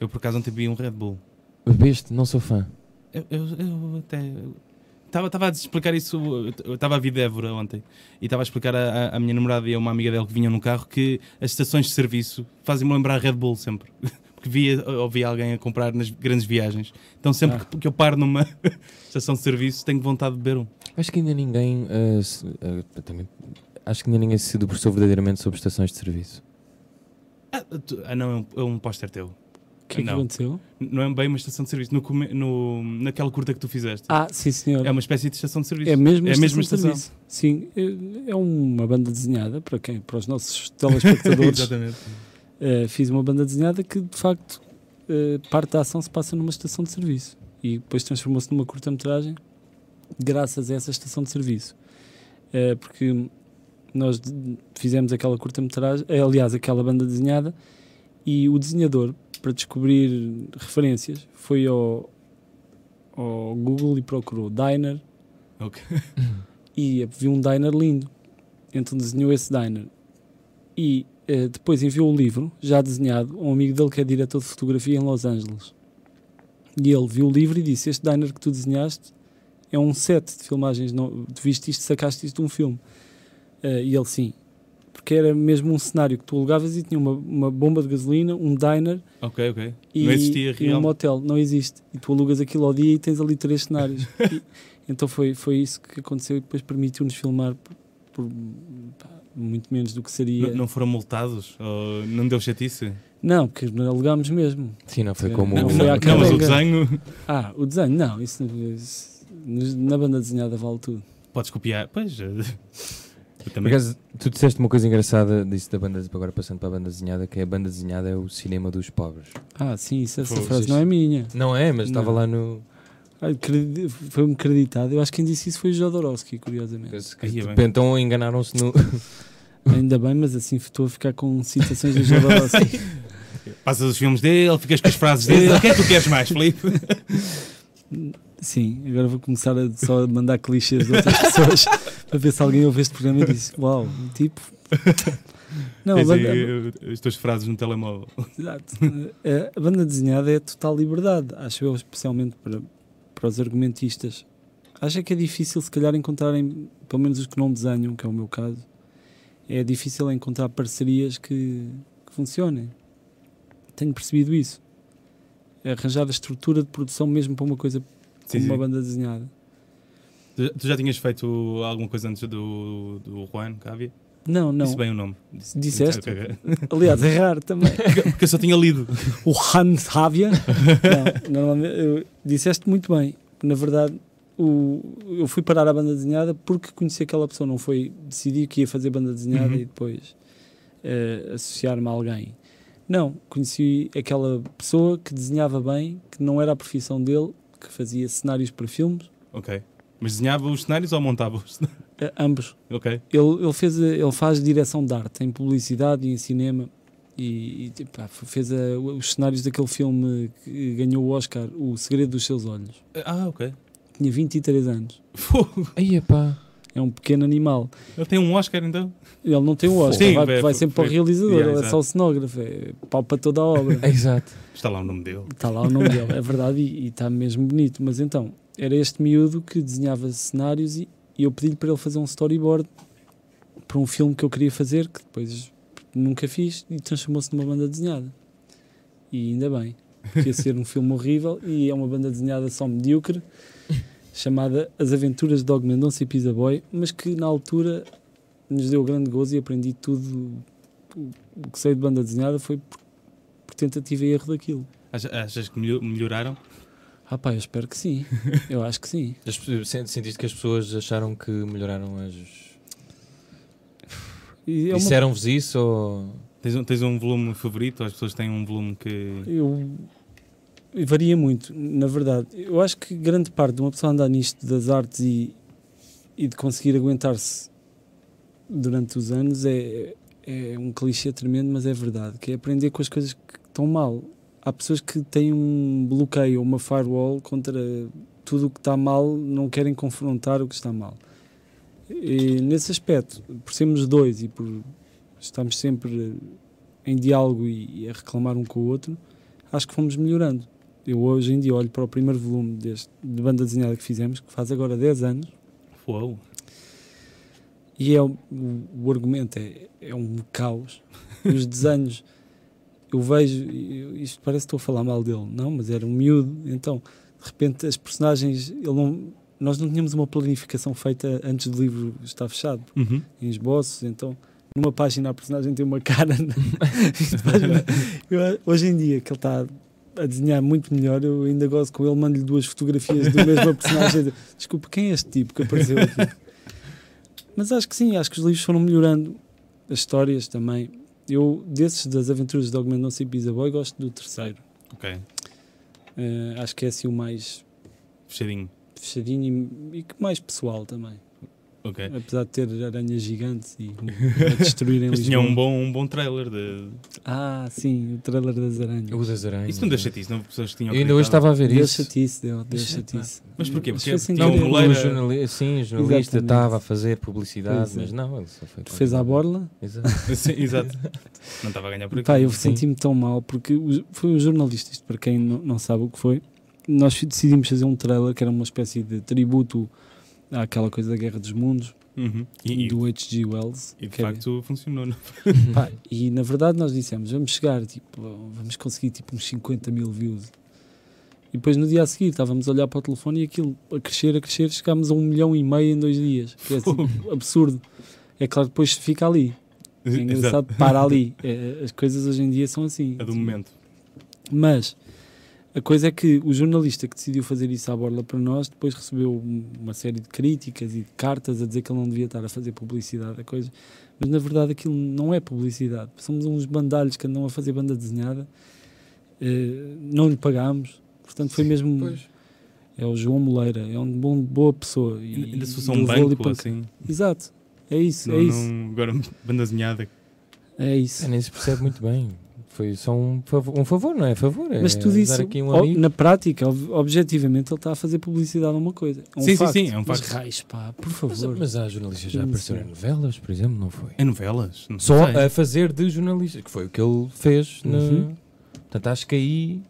Speaker 1: Eu por acaso ontem vi um Red Bull.
Speaker 2: Bebeste, não sou fã.
Speaker 1: Eu, eu, eu até. Estava estava a explicar isso. Eu estava a vir de Évora ontem e estava a explicar à à- à minha namorada e a uma amiga dela que vinham no carro que as estações de serviço fazem-me lembrar Red Bull sempre. Porque via, ouvi alguém a comprar nas grandes viagens. Então sempre
Speaker 3: Ah.
Speaker 1: que, que eu paro numa estação de serviço tenho vontade de beber um.
Speaker 2: Acho que ainda ninguém. ah, se- ah, também, acho que ainda ninguém se debruçou verdadeiramente sobre estações de serviço.
Speaker 1: Ah, tu- ah, não, é um, é um póster teu.
Speaker 3: O que é que
Speaker 1: Não.
Speaker 3: aconteceu?
Speaker 1: Não é bem uma estação de serviço. No, come- no- naquela curta que tu fizeste.
Speaker 3: Ah, sim senhor.
Speaker 1: É uma espécie de estação de serviço.
Speaker 3: É mesmo
Speaker 1: É a mesma
Speaker 3: estação de serviço. Sim, é- é uma banda desenhada para quem, para os nossos telespectadores.
Speaker 1: Exatamente.
Speaker 3: Eh, fiz uma banda desenhada que de facto eh, parte da ação se passa numa estação de serviço e depois transformou-se numa curta-metragem graças a essa estação de serviço. Eh, porque nós de- fizemos aquela curta-metragem, eh, aliás, aquela banda desenhada e o desenhador para descobrir referências foi ao, ao Google e procurou diner
Speaker 1: Ok.
Speaker 3: e viu um diner lindo. Então desenhou esse diner. E eh, depois enviou o livro, já desenhado, a um amigo dele que é diretor de fotografia em Los Angeles. E ele viu o livro e disse: Este diner que tu desenhaste é um set de filmagens, não, tu viste isto, sacaste isto de um filme. Eh, e ele, sim. Porque era mesmo um cenário que tu alugavas e tinha uma, uma bomba de gasolina, um diner
Speaker 1: Ok, ok.
Speaker 3: e,
Speaker 1: não existia
Speaker 3: e um
Speaker 1: realmente.
Speaker 3: motel, não existe. E tu alugas aquilo ao dia e tens ali três cenários. E- então foi, foi isso que aconteceu e depois permitiu-nos filmar por, por, pá, muito menos do que seria.
Speaker 1: N- Não foram multados? Ou não deu chatice?
Speaker 3: Não, porque alugámos mesmo.
Speaker 2: Sim, não foi
Speaker 3: Sim.
Speaker 2: como.
Speaker 3: Não,
Speaker 1: não,
Speaker 2: o-
Speaker 3: foi à
Speaker 1: não, mas o
Speaker 3: cadeia.
Speaker 1: desenho.
Speaker 3: Ah, o desenho, não, isso, isso- na banda desenhada vale tudo.
Speaker 1: Podes copiar. Pois. eh, eu
Speaker 2: Por
Speaker 1: também.
Speaker 2: acaso, tu disseste uma coisa engraçada disso da banda, agora passando para a banda desenhada, que é a banda desenhada é o cinema dos pobres.
Speaker 3: Ah, sim, isso, essa
Speaker 1: Pô,
Speaker 3: frase
Speaker 1: vocês-
Speaker 3: não é minha.
Speaker 2: Não é, mas estava
Speaker 3: Não.
Speaker 2: lá no.
Speaker 3: Ah, credi- Foi-me creditado. Eu acho que quem disse isso foi o Jodorowsky, curiosamente.
Speaker 2: Penso que
Speaker 1: Aí é
Speaker 2: de
Speaker 1: bem.
Speaker 2: repente, então enganaram-se no.
Speaker 3: Ainda bem, mas assim estou a ficar com citações do Jodorowsky.
Speaker 1: Passas os filmes dele, ficas com as frases dele. O que é que tu queres mais, Felipe?
Speaker 3: Sim, agora vou começar a só mandar clichês de outras pessoas para ver se alguém ouve este programa e diz: Uau, um tipo. Não, a
Speaker 1: Tens aí
Speaker 3: banda,
Speaker 1: eh, as tuas frases no telemóvel.
Speaker 3: exato. Eh, a banda desenhada é total liberdade, acho eu, especialmente para, para os argumentistas. Acho é que é difícil, se calhar, encontrarem, pelo menos os que não desenham, que é o meu caso, é difícil encontrar parcerias que, que funcionem. Tenho percebido isso. Arranjar a estrutura de produção mesmo para uma coisa
Speaker 1: Sim,
Speaker 3: como uma
Speaker 1: sim.
Speaker 3: banda desenhada.
Speaker 1: Tu, tu já tinhas feito alguma coisa antes do, do Juan Cávia?
Speaker 3: Não, não.
Speaker 1: Disse bem o nome. Disse-
Speaker 3: Disseste?
Speaker 1: Ok, ok.
Speaker 3: Aliás, é raro também.
Speaker 1: Porque eu só tinha lido.
Speaker 3: o Hans Havia. Não, normalmente, eu- disseste muito bem. Na verdade, o, eu fui parar à banda desenhada porque conheci aquela pessoa. Não foi decidir que ia fazer banda desenhada
Speaker 1: Uhum.
Speaker 3: e depois eh, associar-me a alguém. Não, conheci aquela pessoa que desenhava bem, que não era a profissão dele, que fazia cenários para filmes,
Speaker 1: Ok. Mas desenhava os cenários ou montava os cenários?
Speaker 3: eh, ambos
Speaker 1: Ok.
Speaker 3: ele, ele, fez, a- ele faz direção de arte em publicidade e em cinema e, e, pá, fez a- os cenários daquele filme que ganhou o Oscar, O Segredo dos Seus Olhos.
Speaker 1: Ah, ok.
Speaker 3: Tinha 23 anos.
Speaker 1: Fogo.
Speaker 2: Aí pá.
Speaker 3: É um pequeno animal.
Speaker 1: Ele tem um Oscar então?
Speaker 3: Ele não tem o Oscar,
Speaker 1: Sim,
Speaker 3: vai,
Speaker 1: é,
Speaker 3: vai sempre para o
Speaker 1: foi-
Speaker 3: realizador,
Speaker 1: yeah,
Speaker 3: ele é
Speaker 1: exato.
Speaker 3: só o cenógrafo, é, palpa toda a obra.
Speaker 2: É, Exato.
Speaker 1: Está lá o nome dele.
Speaker 3: Está lá o nome dele, é verdade, e e está mesmo bonito. Mas então, era este miúdo que desenhava cenários e, e eu pedi-lhe para ele fazer um storyboard para um filme que eu queria fazer, que depois nunca fiz, e transformou-se numa banda desenhada. E ainda bem, que ia ser um filme horrível, e é uma banda desenhada só medíocre, chamada As Aventuras de Dog Mendonça e Pizza Boy, mas que na altura nos deu grande gozo e aprendi tudo. O o que sei de banda desenhada foi por, por tentativa e erro daquilo.
Speaker 1: Achas, achas que melho- melhoraram?
Speaker 3: Ah pá, eu espero que sim. Eu acho que sim.
Speaker 2: As pe- sen- Sentiste que as pessoas acharam que melhoraram as.
Speaker 3: E é uma-
Speaker 2: Disseram-vos isso ou.
Speaker 1: Tens um, tens um volume favorito? Ou as pessoas têm um volume que.
Speaker 3: Eu varia muito, na verdade. Eu acho que grande parte de uma pessoa andar nisto das artes e, e de conseguir aguentar-se durante os anos é, é um clichê tremendo, mas é verdade, que é aprender com as coisas que estão mal. Há pessoas que têm um bloqueio, uma firewall contra tudo o que está mal, não querem confrontar o que está mal. E nesse aspecto, por sermos dois e por estarmos sempre em diálogo e e a reclamar um com o outro, acho que fomos melhorando. Eu hoje em dia olho para o primeiro volume deste, de banda desenhada que fizemos, que faz agora 10 anos,
Speaker 1: Uou!
Speaker 3: e é, o, o argumento é, é um caos. E os desenhos, eu vejo, eu- isto parece que estou a falar mal dele, não, mas era um miúdo, então de repente as personagens, ele não- nós não tínhamos uma planificação feita antes do livro estar fechado
Speaker 1: Uhum.
Speaker 3: em esboços, então numa página a personagem tem uma cara. na- página- Eu, hoje em dia que ele está a desenhar muito melhor, eu ainda gosto com ele, mando-lhe duas fotografias do mesmo personagem. Desculpa, quem é este tipo que apareceu aqui? Mas acho que sim, acho que os livros foram melhorando, as histórias também. Eu, desses das aventuras de Dogman Não Sei Pizza Boy, gosto do terceiro.
Speaker 1: Ok.
Speaker 3: Eh, acho que é assim o mais
Speaker 1: Fechadinho.
Speaker 3: fechadinho e, e que mais pessoal também.
Speaker 1: Ok.
Speaker 3: Apesar de ter aranhas gigantes e a destruírem
Speaker 1: Mas tinha
Speaker 3: Lisboa.
Speaker 1: um bom, um bom trailer de.
Speaker 3: Ah, sim, o trailer das aranhas.
Speaker 2: Eu das aranhas. é?
Speaker 1: Isso não deu chatice, não? Pessoas tinham
Speaker 2: Eu ainda hoje
Speaker 1: acreditado.
Speaker 2: estava a ver
Speaker 3: Deu
Speaker 2: isso.
Speaker 3: chatice, deu, deu
Speaker 2: Deixa
Speaker 3: chatice.
Speaker 1: Mas porquê?
Speaker 3: Mas
Speaker 1: Porque
Speaker 3: foi sem
Speaker 1: tinha um
Speaker 3: querer.
Speaker 2: Não, o
Speaker 1: moleiro.
Speaker 2: jornali... Sim, o jornalista
Speaker 3: Exatamente.
Speaker 2: estava a fazer publicidade,
Speaker 3: Pois é.
Speaker 2: mas não, ele só foi.
Speaker 3: Tu fez à borla?
Speaker 2: Exato.
Speaker 1: Sim, exato. Não estava a ganhar por aqui.
Speaker 3: Pá, Tá, eu
Speaker 2: Sim.
Speaker 3: senti-me tão mal porque o- foi um jornalista, isto para quem não, não sabe o que foi. Nós decidimos fazer um trailer que era uma espécie de tributo àquela coisa da Guerra dos Mundos,
Speaker 1: Uhum. E, e-
Speaker 3: do H.G. Wells.
Speaker 1: e de
Speaker 3: que era-
Speaker 1: facto funcionou. não?
Speaker 3: Pá, e na verdade nós dissemos, vamos chegar, tipo, vamos conseguir tipo uns 50 mil views. E depois no dia a seguir estávamos a olhar para o telefone e aquilo a crescer, a crescer, chegámos a um milhão e meio em dois dias. Que é tipo, absurdo. É claro, depois fica ali. É
Speaker 1: Exato.
Speaker 3: engraçado, para ali. É, as coisas hoje em dia são assim.
Speaker 1: É do momento.
Speaker 3: Mas a coisa é que o jornalista que decidiu fazer isso à borla para nós depois recebeu um- uma série de críticas e de cartas a dizer que ele não devia estar a fazer publicidade a coisa. Mas na verdade aquilo não é publicidade. Somos uns bandalhos que andam a fazer banda desenhada. Eh, não lhe pagámos. Portanto foi mesmo. É o João Moleira. É um bom, boa pessoa. E,
Speaker 1: Ainda se fosse
Speaker 3: e
Speaker 1: um
Speaker 3: levou-lhe
Speaker 1: banco
Speaker 3: para-
Speaker 1: assim.
Speaker 3: Exato. É isso,
Speaker 1: Não,
Speaker 3: é isso.
Speaker 1: não, agora bandazinhada.
Speaker 3: É isso.
Speaker 2: É, nem se percebe muito bem. Foi só um favor, um favor não é? Favor. é
Speaker 3: Mas tu
Speaker 2: dar
Speaker 3: disse,
Speaker 2: aqui um
Speaker 3: ó,
Speaker 2: amigo.
Speaker 3: na prática, ob- objetivamente, ele está a fazer publicidade a uma coisa. É um
Speaker 1: Sim, sim,
Speaker 3: facto.
Speaker 1: sim, é um
Speaker 3: Mas
Speaker 1: facto.
Speaker 3: raios, pá, por
Speaker 2: Mas,
Speaker 3: favor.
Speaker 2: mas há jornalistas que já
Speaker 3: Sim,
Speaker 2: apareceram em
Speaker 3: sim.
Speaker 2: novelas, por exemplo, não foi?
Speaker 1: É novelas? Não
Speaker 2: Só
Speaker 3: é.
Speaker 1: sei.
Speaker 2: a fazer de jornalista, que foi o que ele fez. Na...
Speaker 3: Uhum.
Speaker 2: Portanto, acho que aí.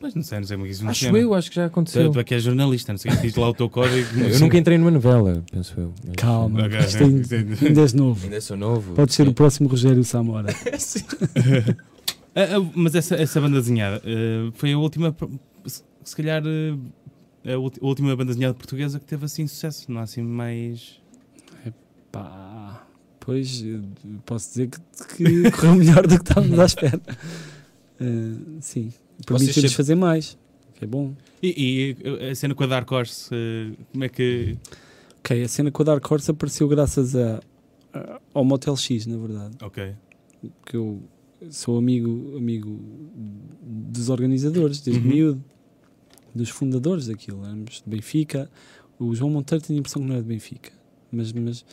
Speaker 1: Mas não sei, não sei como é que isso
Speaker 2: Acho
Speaker 1: funciona.
Speaker 2: eu, acho que já aconteceu.
Speaker 1: Tu é que és jornalista, não sei o que diz lá o teu código.
Speaker 2: Eu nunca entrei numa novela, penso eu. mas-
Speaker 3: Calma,
Speaker 1: Ok,
Speaker 3: isto ainda,
Speaker 1: entendo.
Speaker 3: ainda és novo.
Speaker 2: Ainda sou novo.
Speaker 3: Pode ser o próximo Rogério Samora.
Speaker 1: Ah, ah, mas essa, essa banda desenhada ah, foi a última, se se calhar, ah, a, ulti- a última banda desenhada portuguesa que teve assim sucesso, não há assim mais.
Speaker 3: Pá, pois eu posso dizer que, que correu melhor do que estávamos à espera. Eh, sim, permite-nos
Speaker 2: sempre-
Speaker 3: fazer mais. que É bom.
Speaker 1: E, e a cena com a Dark Horse, ah, como é que.
Speaker 3: Ok, a cena com a Dark Horse apareceu graças a, a- ao Motel X, na verdade.
Speaker 1: Ok.
Speaker 3: que eu sou amigo, amigo dos organizadores, desde
Speaker 1: Uhum.
Speaker 3: miúdo, dos fundadores daquilo. Éramos de Benfica. O João Monteiro tinha a impressão que não era de Benfica, mas, mas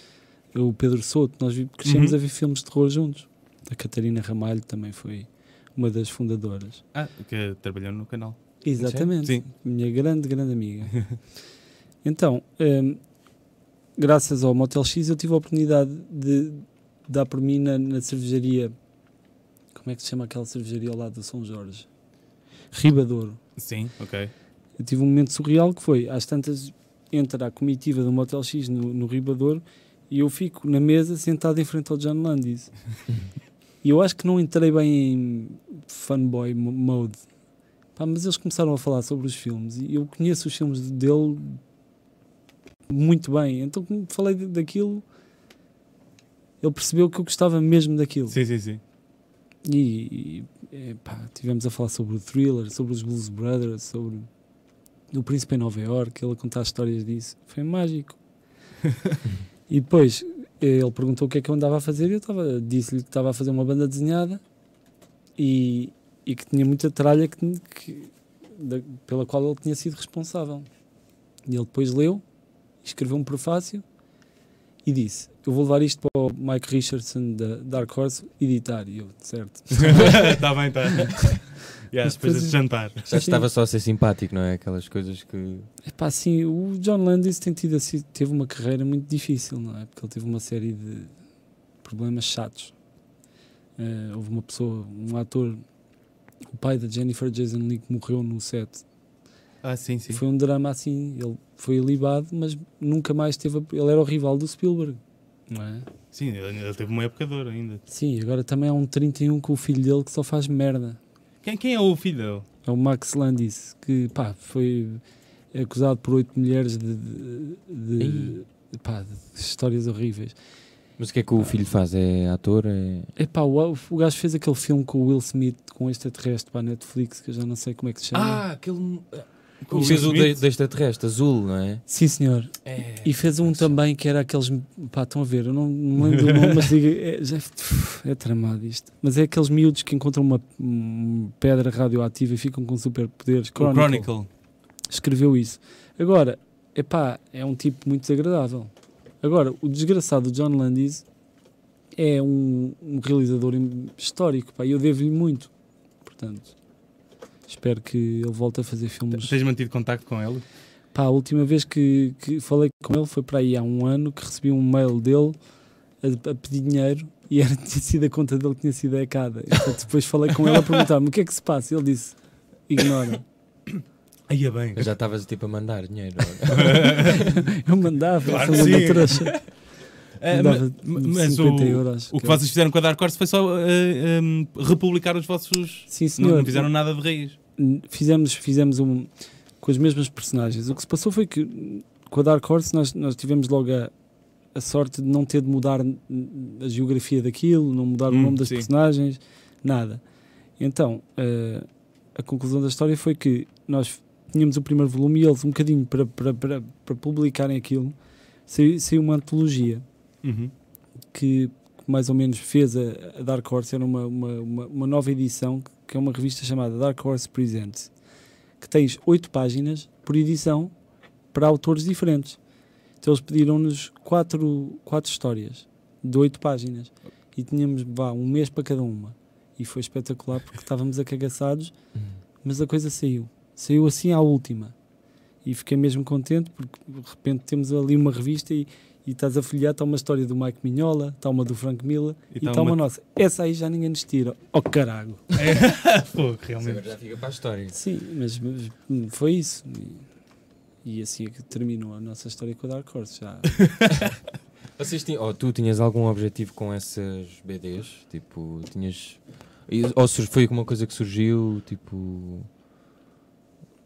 Speaker 3: eu, o Pedro Souto, nós vi- crescemos
Speaker 1: Uhum.
Speaker 3: a ver filmes de terror juntos. A Catarina Ramalho também foi uma das fundadoras.
Speaker 1: Ah, que trabalhou no canal.
Speaker 3: Exatamente.
Speaker 1: Sim.
Speaker 3: Minha grande, grande amiga. então, hum, graças ao Motel X, eu tive a oportunidade de dar por mim na, na cervejaria. Como é que se chama aquela cervejaria ao lado do São Jorge? Ribadouro.
Speaker 1: Sim, ok.
Speaker 3: Eu tive um momento surreal que foi, às tantas, entra a comitiva do Motel X no, no Ribadouro e eu fico na mesa sentado em frente ao John Landis. e eu acho que não entrei bem em fanboy mo- mode. Pá, mas eles começaram a falar sobre os filmes e eu conheço os filmes dele muito bem. Então, como falei de- daquilo, ele percebeu que eu gostava mesmo daquilo.
Speaker 1: Sim, sim, sim.
Speaker 3: E, e eh, pá, tivemos a falar sobre o thriller, sobre os Blues Brothers, sobre o Príncipe em Nova Iorque, ele a contar histórias disso. Foi mágico. e depois, ele perguntou o que é que eu andava a fazer e eu estava- disse-lhe que estava a fazer uma banda desenhada e, e que tinha muita tralha que, que- da- pela qual ele tinha sido responsável. E ele depois leu, escreveu um prefácio e disse: Eu vou levar isto para o Mike Richardson da Dark Horse editar. E eu, certo.
Speaker 1: Está Tá bem, está.
Speaker 3: Mas
Speaker 1: Yeah, depois
Speaker 3: depois-
Speaker 1: desse jantar.
Speaker 2: Já estava só a ser simpático, não é? Aquelas coisas que.
Speaker 3: Epá, assim, o John Landis tem tido assim, teve uma carreira muito difícil, não é? Porque ele teve uma série de problemas chatos. Eh, houve uma pessoa, um ator, o pai da Jennifer Jason Leigh que morreu no set.
Speaker 1: Ah, sim, sim.
Speaker 3: Foi um drama assim, ele foi libado, mas nunca mais teve, a- ele era o rival do Spielberg, não é?
Speaker 1: Sim, ele ele teve uma época de ouro ainda.
Speaker 3: Sim, agora também há um 31 com o filho dele que só faz merda.
Speaker 1: Quem, quem é o filho dele?
Speaker 3: É o Max Landis, que pá, foi acusado por oito mulheres de, de- de- pá, de histórias horríveis.
Speaker 2: Mas o que é que o filho faz? É ator? É...
Speaker 3: Epá, o, o gajo fez aquele filme com o Will Smith, com este extraterrestre para a Netflix, que eu já não sei como é que se chama.
Speaker 2: aquele.
Speaker 1: Ah, Com o
Speaker 2: fez Então, o
Speaker 1: Will Smith?
Speaker 2: de, de extraterrestre, azul, não é?
Speaker 3: Sim, senhor. E fez um também que era aqueles. Pá, estão a ver, eu não não me lembro do nome, mas digo, é, já- é tramado isto. Mas é aqueles miúdos que encontram uma hum, pedra radioativa e ficam com superpoderes.
Speaker 1: O
Speaker 3: Chronicle.
Speaker 1: Chronicle.
Speaker 3: escreveu isso. Agora, epá, é um tipo muito desagradável. Agora, o desgraçado John Landis é um, um realizador im- histórico, pá, e eu devo-lhe muito. Portanto, espero que ele volte a fazer filmes.
Speaker 1: Tens mantido contacto com ele?
Speaker 3: Pá, a última vez que, que falei com ele foi para aí há um ano, que recebi um mail dele a, a pedir dinheiro e era, tinha sido a conta dele que tinha sido hackada. Portanto, depois falei com ele a perguntar-me o que é que se passa. Ele disse, ignora.
Speaker 1: Aí é bem.
Speaker 2: Eu já estavas tipo a mandar dinheiro. é?
Speaker 3: Eu mandava,
Speaker 1: Claro
Speaker 3: essa
Speaker 1: que
Speaker 3: ganda
Speaker 1: sim.
Speaker 3: trouxa.
Speaker 1: Ah,
Speaker 3: Mandava
Speaker 1: ma- ma- mas
Speaker 3: 50
Speaker 1: o,
Speaker 3: euros.
Speaker 1: o que vocês fizeram com a Dark Horse foi só ah, ah, republicar os vossos.
Speaker 3: Sim,
Speaker 1: Não,
Speaker 3: senhor.
Speaker 1: não fizeram nada de raiz.
Speaker 3: Fizemos, fizemos um, com as mesmas personagens. O que se passou foi que hum, com a Dark Horse nós, nós tivemos logo a, a sorte de não ter de mudar hum, a geografia daquilo, não mudar o
Speaker 1: Hum,
Speaker 3: nome das
Speaker 1: sim.
Speaker 3: personagens, nada. Então, eh, a conclusão da história foi que nós tínhamos o primeiro volume e eles, um bocadinho para, para, para, para publicarem aquilo, saiu, saiu uma antologia. Uhum. que mais ou menos fez a, a Dark Horse, era uma, uma, uma, uma nova edição, que é uma revista chamada Dark Horse Presents, que tens oito páginas por edição para autores diferentes. Então eles pediram-nos quatro, quatro histórias de oito páginas e tínhamos vá, um mês para cada uma. E foi espetacular porque estávamos acagaçados, mas a coisa saiu. Saiu assim à última. E fiquei mesmo contente porque de repente temos ali uma revista e, e estás a folhear, está uma história do Mike Mignola, está uma do Frank Miller e
Speaker 1: tá
Speaker 3: está uma... nossa. Essa aí já ninguém nos tira. Oh caralho!
Speaker 1: Pô,
Speaker 2: Agora
Speaker 1: realmente.
Speaker 2: já fica para a história.
Speaker 3: Sim, mas, mas, hum, foi isso. E, e assim é que terminou a nossa história com a Dark Horse. Já.
Speaker 2: Vocês tinham, ou tu tinhas algum objetivo com essas BDs? Tipo, tinhas. e- Ou sur- foi uma coisa que surgiu? Tipo.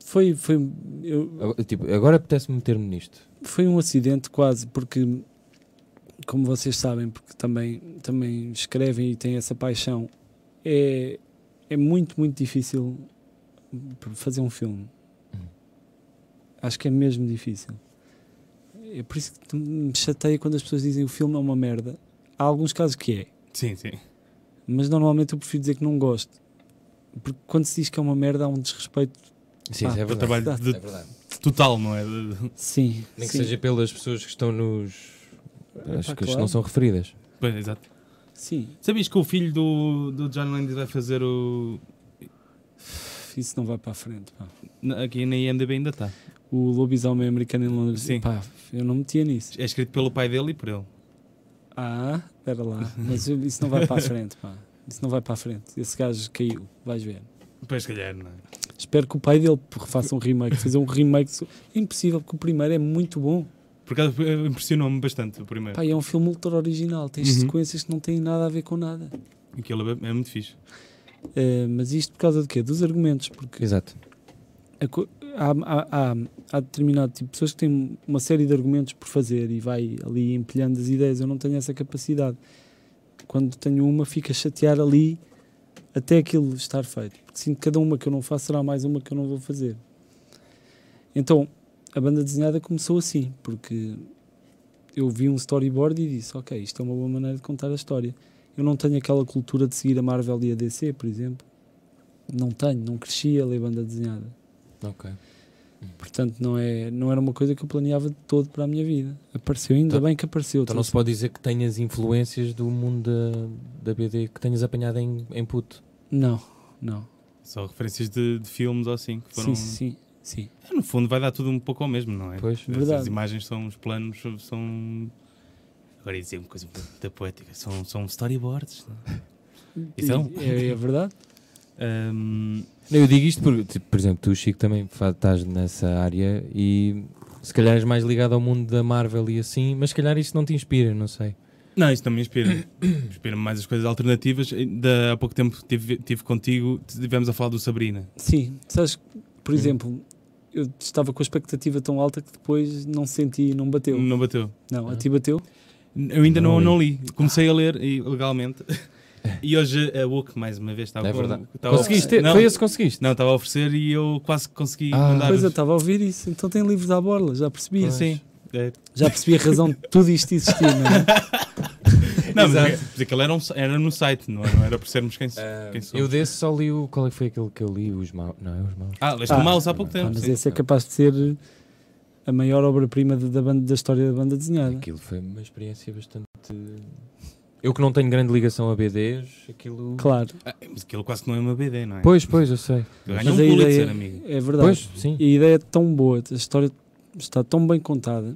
Speaker 3: Foi, foi, eu-
Speaker 2: a- tipo agora apetece-me meter-me nisto.
Speaker 3: foi um acidente quase, porque, como vocês sabem, porque também, também escrevem e têm essa paixão, é, é muito, muito difícil fazer um filme.
Speaker 2: Hum.
Speaker 3: Acho que é mesmo difícil. É por isso que me chateia quando as pessoas dizem o filme é uma merda. Há alguns casos que é.
Speaker 1: Sim, sim.
Speaker 3: mas normalmente eu prefiro dizer que não gosto. Porque quando se diz que é uma merda, há um desrespeito.
Speaker 2: Sim,
Speaker 3: Ah,
Speaker 2: isso é
Speaker 1: O
Speaker 2: verdade.
Speaker 1: trabalho
Speaker 3: Tá.
Speaker 1: de-
Speaker 2: É verdade.
Speaker 1: total, não é? De- de-
Speaker 3: Sim.
Speaker 2: Nem que
Speaker 3: sim.
Speaker 2: seja pelas pessoas que estão nos. Acho que as que
Speaker 3: claro.
Speaker 2: não são referidas.
Speaker 1: Pois, exato.
Speaker 3: Sim,
Speaker 1: Sabias que o filho do, do John Landis vai fazer o.
Speaker 3: isso não vai para a frente. Pá.
Speaker 1: na- Aqui na IMDB ainda tá? está.
Speaker 3: O lobisomem americano em Londres.
Speaker 1: Sim.
Speaker 3: Pá, eu não metia nisso.
Speaker 1: É escrito pelo pai dele e por ele.
Speaker 3: Ah, espera lá. Mas eu- isso não vai para a frente. Pá. Isso não vai para a frente. Esse gajo caiu. Vais ver.
Speaker 1: Pois, se calhar, não é?
Speaker 3: Espero que o pai dele faça um remake. Fazer um remake so- é impossível, porque o primeiro é muito bom.
Speaker 1: Por acaso eh, impressionou-me bastante o primeiro.
Speaker 3: Pá, e é um filme ultra original. Tens
Speaker 1: Uhum.
Speaker 3: sequências que não têm nada a ver com nada.
Speaker 1: Aquilo é, é muito fixe.
Speaker 3: Eh, mas isto por causa do quê? Dos argumentos. Porque
Speaker 2: Exato.
Speaker 3: a co- há, há- há- há determinado tipo de pessoas que têm uma série de argumentos por fazer e vai ali empilhando as ideias. Eu não tenho essa capacidade. Quando tenho uma, fica a chatear ali até aquilo estar feito. Porque sinto que cada uma que eu não faço será mais uma que eu não vou fazer. Então, a banda desenhada começou assim, porque eu vi um storyboard e disse, ok, isto é uma boa maneira de contar a história. Eu não tenho aquela cultura de seguir a Marvel e a DC, por exemplo. Não tenho, não cresci a ler banda desenhada.
Speaker 2: Ok.
Speaker 3: Portanto, não, é, não era uma coisa que eu planeava de todo para a minha vida. Apareceu, ainda
Speaker 2: Então-
Speaker 3: bem que apareceu. tá?
Speaker 2: Então não se pode dizer que tenhas influências do mundo da, da BD que tenhas apanhado em, em puto.
Speaker 3: não, não.
Speaker 1: Só referências de, de filmes ou assim que foram.
Speaker 3: Sim, sim, sim.
Speaker 1: É, No fundo vai dar tudo um pouco ao mesmo, não é?
Speaker 2: Pois.
Speaker 1: As
Speaker 3: Verdade.
Speaker 1: imagens são os planos, são. Agora ia dizer uma coisa da poética, são, são storyboards. não é? E são?
Speaker 3: É, é verdade.
Speaker 1: Ahm,
Speaker 2: Não, eu digo isto porque, tipo, por exemplo, tu, Chico, também fa- estás nessa área e se calhar és mais ligado ao mundo da Marvel e assim, mas se calhar isso não te inspira, não sei.
Speaker 1: Não, isso não me inspira. Inspira-me mais as coisas alternativas. Da, há pouco tempo tive, tive contigo, tivemos a falar do Sabrina.
Speaker 3: Sim, sabes, que, por
Speaker 2: Hum.
Speaker 3: exemplo, eu estava com a expectativa tão alta que depois não senti, não bateu.
Speaker 1: Não bateu.
Speaker 3: Não,
Speaker 2: Ah.
Speaker 3: a ti bateu?
Speaker 1: Eu ainda não,
Speaker 2: Não
Speaker 1: não li. Comecei a ler e- legalmente. E hoje a Woke, mais uma vez, estava
Speaker 2: É
Speaker 1: com-
Speaker 2: verdade.
Speaker 1: estava a
Speaker 2: conseguiste?
Speaker 1: oferecer-
Speaker 2: ter-
Speaker 1: Então, Não,
Speaker 2: Foi esse que conseguiste?
Speaker 1: não, estava a oferecer e eu quase que consegui
Speaker 2: Ah.
Speaker 1: mandar.
Speaker 3: Pois eu estava a ouvir isso, então tem livros à borla, já percebi.
Speaker 2: Pois.
Speaker 1: Sim. É.
Speaker 3: Já percebi a razão de tudo isto existir, não é?
Speaker 1: Não, mas
Speaker 2: Exato.
Speaker 1: é- mas aquilo era, um, era no site, não era, não era por sermos quem, quem
Speaker 2: eu
Speaker 1: somos.
Speaker 2: desse só li o. Qual é que foi aquele que eu li? Os maus. Não, é os maus.
Speaker 1: Ah, leste
Speaker 3: Ah.
Speaker 1: o mouse há pouco
Speaker 2: Ah,
Speaker 1: tempo.
Speaker 3: Mas
Speaker 1: sim.
Speaker 3: esse é capaz de ser a maior obra-prima da, da banda- da história da banda desenhada.
Speaker 2: Aquilo foi uma experiência bastante. Eu que não tenho grande ligação a BDs, aquilo.
Speaker 3: Claro,
Speaker 1: Ah, mas aquilo quase que não é uma BD, não é?
Speaker 2: Pois, pois, eu sei.
Speaker 1: Ganhou um
Speaker 3: Mas a
Speaker 1: Pulitzer,
Speaker 3: ideia-
Speaker 1: amigo.
Speaker 3: é verdade.
Speaker 2: Pois, sim.
Speaker 3: E a ideia é tão boa, a história está tão bem contada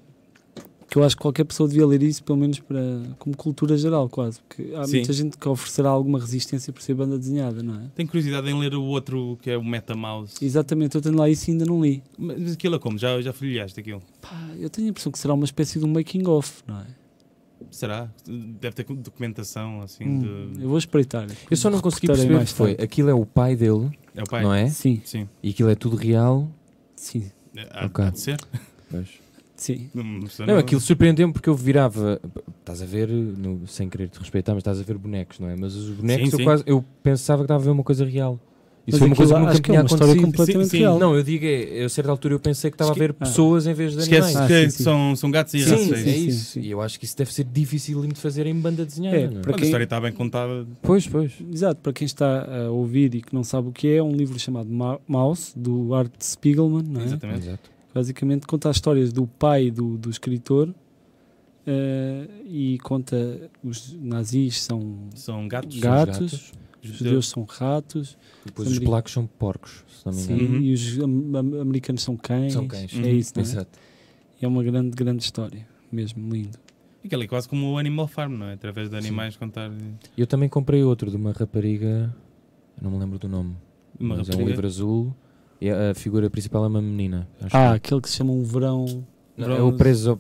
Speaker 3: que eu acho que qualquer pessoa devia ler isso, pelo menos para, como cultura geral, quase. Porque há
Speaker 1: Sim.
Speaker 3: muita gente que oferecerá alguma resistência por ser banda desenhada, não é?
Speaker 1: Tenho curiosidade em ler o outro que é o Meta Mouse.
Speaker 3: Exatamente, eu tenho lá isso e ainda não li.
Speaker 1: Mas aquilo é como? Já, já folheaste aquilo?
Speaker 3: Pá, eu tenho a impressão que será uma espécie de um making-off, não é?
Speaker 1: Será? Deve ter documentação assim
Speaker 3: Hum,
Speaker 1: de.
Speaker 3: eu vou espreitar.
Speaker 2: Eu só não consegui
Speaker 3: Reportarei
Speaker 2: perceber o
Speaker 3: mais
Speaker 2: que foi.
Speaker 3: tarde.
Speaker 2: Aquilo é o pai dele,
Speaker 1: É o pai?
Speaker 2: não é?
Speaker 3: Sim,
Speaker 1: Sim.
Speaker 2: E aquilo é tudo real.
Speaker 3: sim,
Speaker 1: É, Há,
Speaker 2: Ok.
Speaker 1: há de ser?
Speaker 2: Pois.
Speaker 3: sim.
Speaker 1: Não, precisa
Speaker 2: Não,
Speaker 1: não-
Speaker 2: aquilo surpreendeu-me porque eu virava. Estás a ver, no- sem querer te respeitar, mas estás a ver bonecos, não é? Mas os bonecos
Speaker 1: Sim,
Speaker 2: eu,
Speaker 1: sim.
Speaker 2: Quase, eu pensava que estava a ver uma coisa real. Isso
Speaker 3: Mas
Speaker 2: foi uma coisa que
Speaker 3: aquilo
Speaker 2: nunca
Speaker 3: acho que é
Speaker 2: tinha
Speaker 3: uma história
Speaker 2: acontecido.
Speaker 3: completamente
Speaker 1: Sim, sim.
Speaker 3: real.
Speaker 2: Não, eu digo, é, a certa altura eu pensei que estava a
Speaker 1: Esque-
Speaker 2: ver pessoas em vez de animais.
Speaker 1: Esquece
Speaker 3: Ah,
Speaker 1: que
Speaker 3: sim, sim.
Speaker 1: São, são gatos e
Speaker 2: Sim,
Speaker 1: raças.
Speaker 2: sim,
Speaker 1: é
Speaker 2: é
Speaker 1: isso.
Speaker 3: sim,
Speaker 2: isso.
Speaker 3: sim.
Speaker 2: E eu acho que isso deve ser dificílimo de fazer em banda desenhada.
Speaker 3: É,
Speaker 2: não é?
Speaker 3: para
Speaker 1: Mas A
Speaker 3: quem-
Speaker 1: história está bem contada.
Speaker 2: Pois, pois.
Speaker 3: Exato, para quem está a ouvir e que não sabe o que é, é um livro chamado Ma- Mouse, do Art Spiegelman, não é?
Speaker 1: Exatamente.
Speaker 2: Exato.
Speaker 3: basicamente conta as histórias do pai do, do escritor eh, e conta os nazis são
Speaker 1: São gatos.
Speaker 3: Gatos. os
Speaker 1: judeus.
Speaker 3: judeus são ratos
Speaker 2: Depois os
Speaker 3: Americ-
Speaker 2: polacos são porcos, se não me
Speaker 3: sim,
Speaker 2: engano.
Speaker 1: Uhum.
Speaker 3: e os am- am- americanos são cães,
Speaker 2: São cães.
Speaker 3: é isso não é?
Speaker 2: Exato.
Speaker 3: é uma grande grande história mesmo lindo
Speaker 1: Aquilo é quase como o Animal Farm, não é? Através de animais contar.
Speaker 2: Eu também comprei outro de uma rapariga, eu não me lembro do nome,
Speaker 1: Uma
Speaker 2: mas é um
Speaker 1: rapariga.
Speaker 2: livro azul. E a a figura principal é uma menina. acho
Speaker 3: ah
Speaker 2: eu.
Speaker 3: aquele que se chama um verão
Speaker 2: Não, é o preso. ao-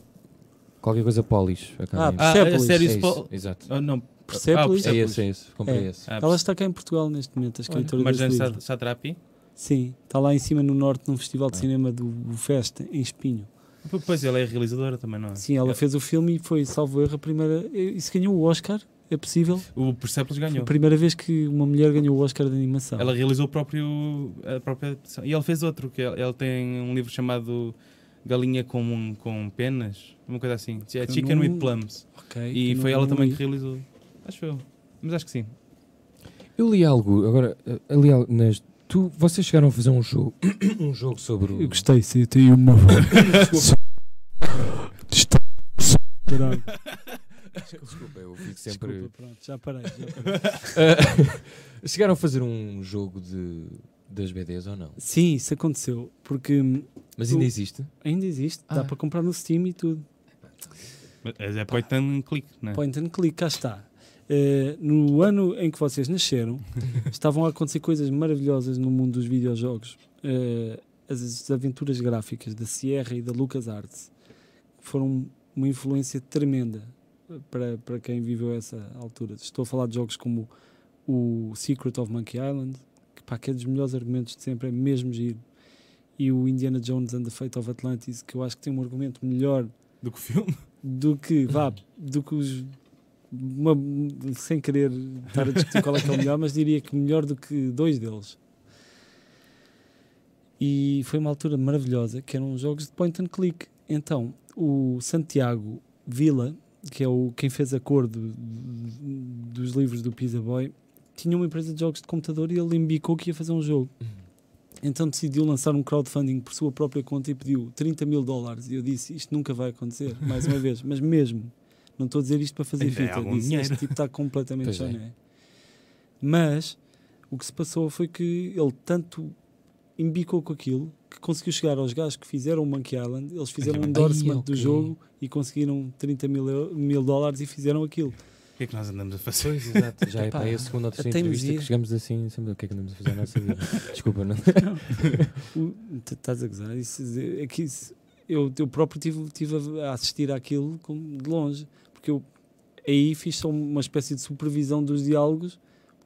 Speaker 2: Qualquer coisa polis. acaba
Speaker 3: Ah,
Speaker 2: em-
Speaker 1: Ah, a
Speaker 3: Persepolis.
Speaker 1: sério,
Speaker 2: é
Speaker 1: isso
Speaker 2: isso,
Speaker 1: po-
Speaker 2: Exato.
Speaker 1: Ah, não.
Speaker 3: Persepolis
Speaker 2: É
Speaker 1: Persepolis.
Speaker 2: esse, é esse. Comprei
Speaker 3: É.
Speaker 2: esse.
Speaker 1: Ah,
Speaker 3: ela está cá em Portugal neste momento a escritora desse
Speaker 1: Marjane
Speaker 3: livro
Speaker 1: Sa- Satrapi.
Speaker 3: sim está lá em cima no norte num festival de
Speaker 2: Ah.
Speaker 3: cinema do, do Fest em Espinho
Speaker 1: P- Pois ela é realizadora também, não é?
Speaker 3: sim ela
Speaker 1: É.
Speaker 3: fez o filme e foi salvo erro a primeira isso ganhou o Oscar é possível
Speaker 1: O Persepolis
Speaker 3: Foi a
Speaker 1: ganhou.
Speaker 3: primeira vez que uma mulher ganhou o Oscar de animação.
Speaker 1: Ela realizou o próprio, a própria edição. E ela fez outro, que ela, ela tem um livro chamado Galinha com, com Penas, uma coisa assim. É
Speaker 3: Que
Speaker 1: Chicken
Speaker 3: não-
Speaker 1: with Plums.
Speaker 3: Ok,
Speaker 1: E
Speaker 3: eu
Speaker 1: foi
Speaker 3: não- é
Speaker 1: ela
Speaker 3: não
Speaker 1: também que
Speaker 3: li.
Speaker 1: realizou. Acho eu. Mas acho que sim.
Speaker 2: Eu li algo, agora, eh, eu li algo nas. Tu, vocês chegaram a fazer um jogo, um jogo sobre o.
Speaker 3: Eu gostei, sim, eu tenho uma voz. Estou- sou- Caralho.
Speaker 2: Desculpa, eu fico
Speaker 3: Desculpa, pronto, já parei. já parei.
Speaker 2: Ah, chegaram a fazer um jogo de, das BDs ou não?
Speaker 3: Sim, isso aconteceu, porque hum,
Speaker 2: Mas ainda
Speaker 3: O-
Speaker 2: existe?
Speaker 3: ainda existe,
Speaker 2: Ah,
Speaker 3: dá
Speaker 2: é?
Speaker 3: para comprar no Steam e tudo.
Speaker 1: Mas é point and click, não é?
Speaker 3: Point and click, cá está. Eh, no ano em que vocês nasceram, estavam a acontecer coisas maravilhosas no mundo dos videojogos. Eh, as aventuras gráficas da Sierra e da LucasArts foram uma influência tremenda para, para quem viveu essa altura. Estou a falar de jogos como o Secret of Monkey Island, que, pá, que é dos melhores argumentos de sempre, é mesmo giro. E o Indiana Jones and the Fate of Atlantis, que eu acho que tem um argumento melhor
Speaker 1: Do que o filme.
Speaker 3: do que, vá, do que os. uma- sem querer estar a discutir qual é que é o melhor, mas diria que melhor do que dois deles. E foi uma altura maravilhosa, que eram jogos de point and click. Então, o Santiago Vila, que é o, quem fez a cor do- dos livros do Pizza Boy, tinha uma empresa de jogos de computador e ele embicou que ia fazer um jogo. Então decidiu lançar um crowdfunding por sua própria conta e pediu 30 mil dólares. E eu disse: Isto nunca vai acontecer, mais uma vez, mas mesmo. Não estou a dizer isto para fazer
Speaker 1: Ainda é
Speaker 3: fita.
Speaker 1: algum
Speaker 3: Disse,
Speaker 1: dinheiro."
Speaker 3: este tipo está completamente
Speaker 2: Pois é.
Speaker 3: choné. Mas o que se passou foi que ele tanto embicou com aquilo que conseguiu chegar aos gajos que fizeram o Monkey Island. Eles fizeram um
Speaker 2: Ai,
Speaker 3: endorsement
Speaker 2: ok.
Speaker 3: do jogo e conseguiram 30 mil, eu- mil dólares e fizeram aquilo.
Speaker 1: O que é que nós andamos a fazer?
Speaker 2: Pois, exato. Já é
Speaker 3: Epá,
Speaker 2: para a segunda ou terceira
Speaker 3: até me
Speaker 2: entrevista
Speaker 3: dizia.
Speaker 2: que chegamos assim, sempre o que é que andamos a fazer na nossa vida. Desculpa, não?
Speaker 3: O- t- Estás a gozar? Isso, é que isso- eu, eu próprio estive tive a- a assistir àquilo como de longe, porque eu aí fiz só uma espécie de supervisão dos diálogos.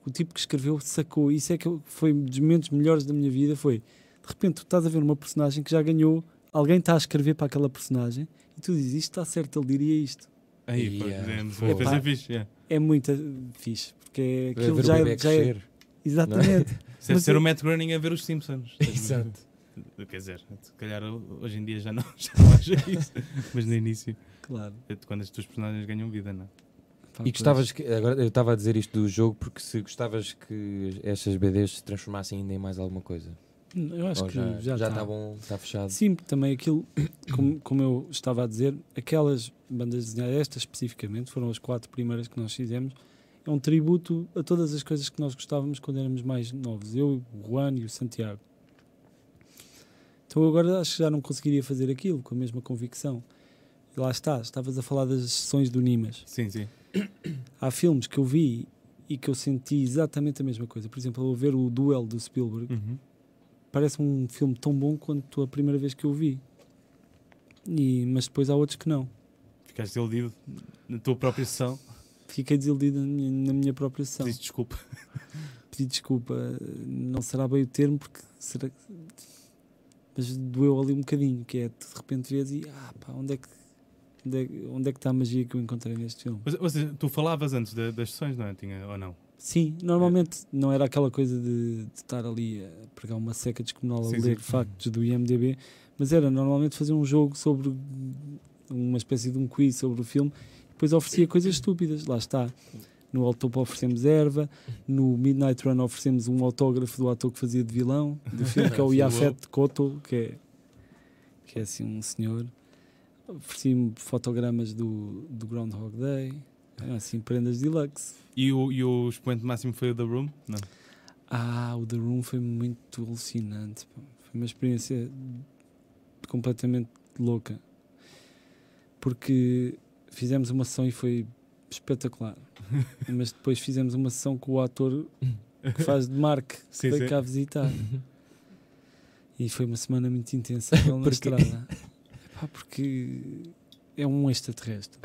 Speaker 3: O tipo que escreveu sacou. Isso é que eu- foi um dos momentos melhores da minha vida. Foi de repente tu estás a ver uma personagem que já ganhou, alguém está a escrever para aquela personagem e tu dizes isto está certo, ele diria isto.
Speaker 1: Aí, pá,
Speaker 2: Yeah.
Speaker 1: fizemos-
Speaker 2: Boa.
Speaker 1: fez a fixe, yeah.
Speaker 3: É muito fixe, porque
Speaker 2: Ver
Speaker 3: aquilo
Speaker 2: o
Speaker 3: já, é-
Speaker 2: bebé
Speaker 3: já é.
Speaker 2: crescer.
Speaker 3: Exatamente.
Speaker 1: Isso deve
Speaker 3: Mas
Speaker 1: ser
Speaker 3: eu-
Speaker 1: o Matt Groening a ver os Simpsons.
Speaker 2: Exato.
Speaker 1: Quer dizer, se calhar hoje em dia já não, já não acha isso. Mas no início,
Speaker 3: Claro.
Speaker 1: quando as tuas personagens ganham vida, não é?
Speaker 3: Pá,
Speaker 2: E
Speaker 3: pois.
Speaker 2: gostavas que. Agora eu estava a dizer isto do jogo porque se gostavas que estas BDs se transformassem ainda em mais alguma coisa.
Speaker 3: Eu acho
Speaker 2: Ou
Speaker 3: que
Speaker 2: já,
Speaker 3: já
Speaker 2: já
Speaker 3: tá.
Speaker 2: está bom, está fechado.
Speaker 3: Sim, também aquilo, como, como eu estava a dizer, aquelas bandas desenhadas, estas especificamente, foram as quatro primeiras que nós fizemos, é um tributo a todas as coisas que nós gostávamos quando éramos mais novos, eu, o Juan e o Santiago. Então eu agora acho que já não conseguiria fazer aquilo com a mesma convicção. E lá está, estavas a falar das sessões do Nimas.
Speaker 1: Sim, sim.
Speaker 3: Há filmes que eu vi e que eu senti exatamente a mesma coisa. Por exemplo, eu ver o Duel do Spielberg,
Speaker 1: Uhum.
Speaker 3: parece um filme tão bom quanto a primeira vez que eu o vi. E, mas depois há outros que não.
Speaker 1: Ficaste iludido na tua própria sessão.
Speaker 3: Fiquei desiludido na minha, na minha própria sessão.
Speaker 1: Diz desculpa.
Speaker 3: Pedi desculpa, não será bem o termo, porque será que. Mas doeu ali um bocadinho, que é tu de repente vês e ah pá, onde é que. Onde é, que- onde é que está a magia que eu encontrei neste filme?
Speaker 1: Mas, ou seja, tu falavas antes da- das sessões, não é? Tinha, ou não?
Speaker 3: Sim, normalmente não era aquela coisa de, de estar ali a pregar uma seca descomunal a
Speaker 1: Sim,
Speaker 3: ler
Speaker 1: sim.
Speaker 3: factos do IMDB, mas era normalmente fazer um jogo sobre uma espécie de um quiz sobre o filme e depois oferecia coisas estúpidas, lá está. No Autopo oferecemos erva, no Midnight Run oferecemos um autógrafo do ator que fazia de vilão, do filme que é o
Speaker 2: Sim,
Speaker 3: Yafet Koto, que é, que é assim um senhor. Ofereci-me fotogramas do, do Groundhog Day, eram assim prendas deluxe.
Speaker 1: E o, e o expoente máximo foi o The Room? Não.
Speaker 3: Ah, o The Room foi muito alucinante. pá. Foi uma experiência completamente louca. Porque fizemos uma sessão e foi espetacular. Mas depois fizemos uma sessão com o ator que faz de Mark, que
Speaker 1: Sim,
Speaker 3: veio
Speaker 1: sim.
Speaker 3: cá visitar. E foi uma semana muito intensa com ele na
Speaker 2: Porquê?
Speaker 3: estrada. Epá, porque é um extraterrestre.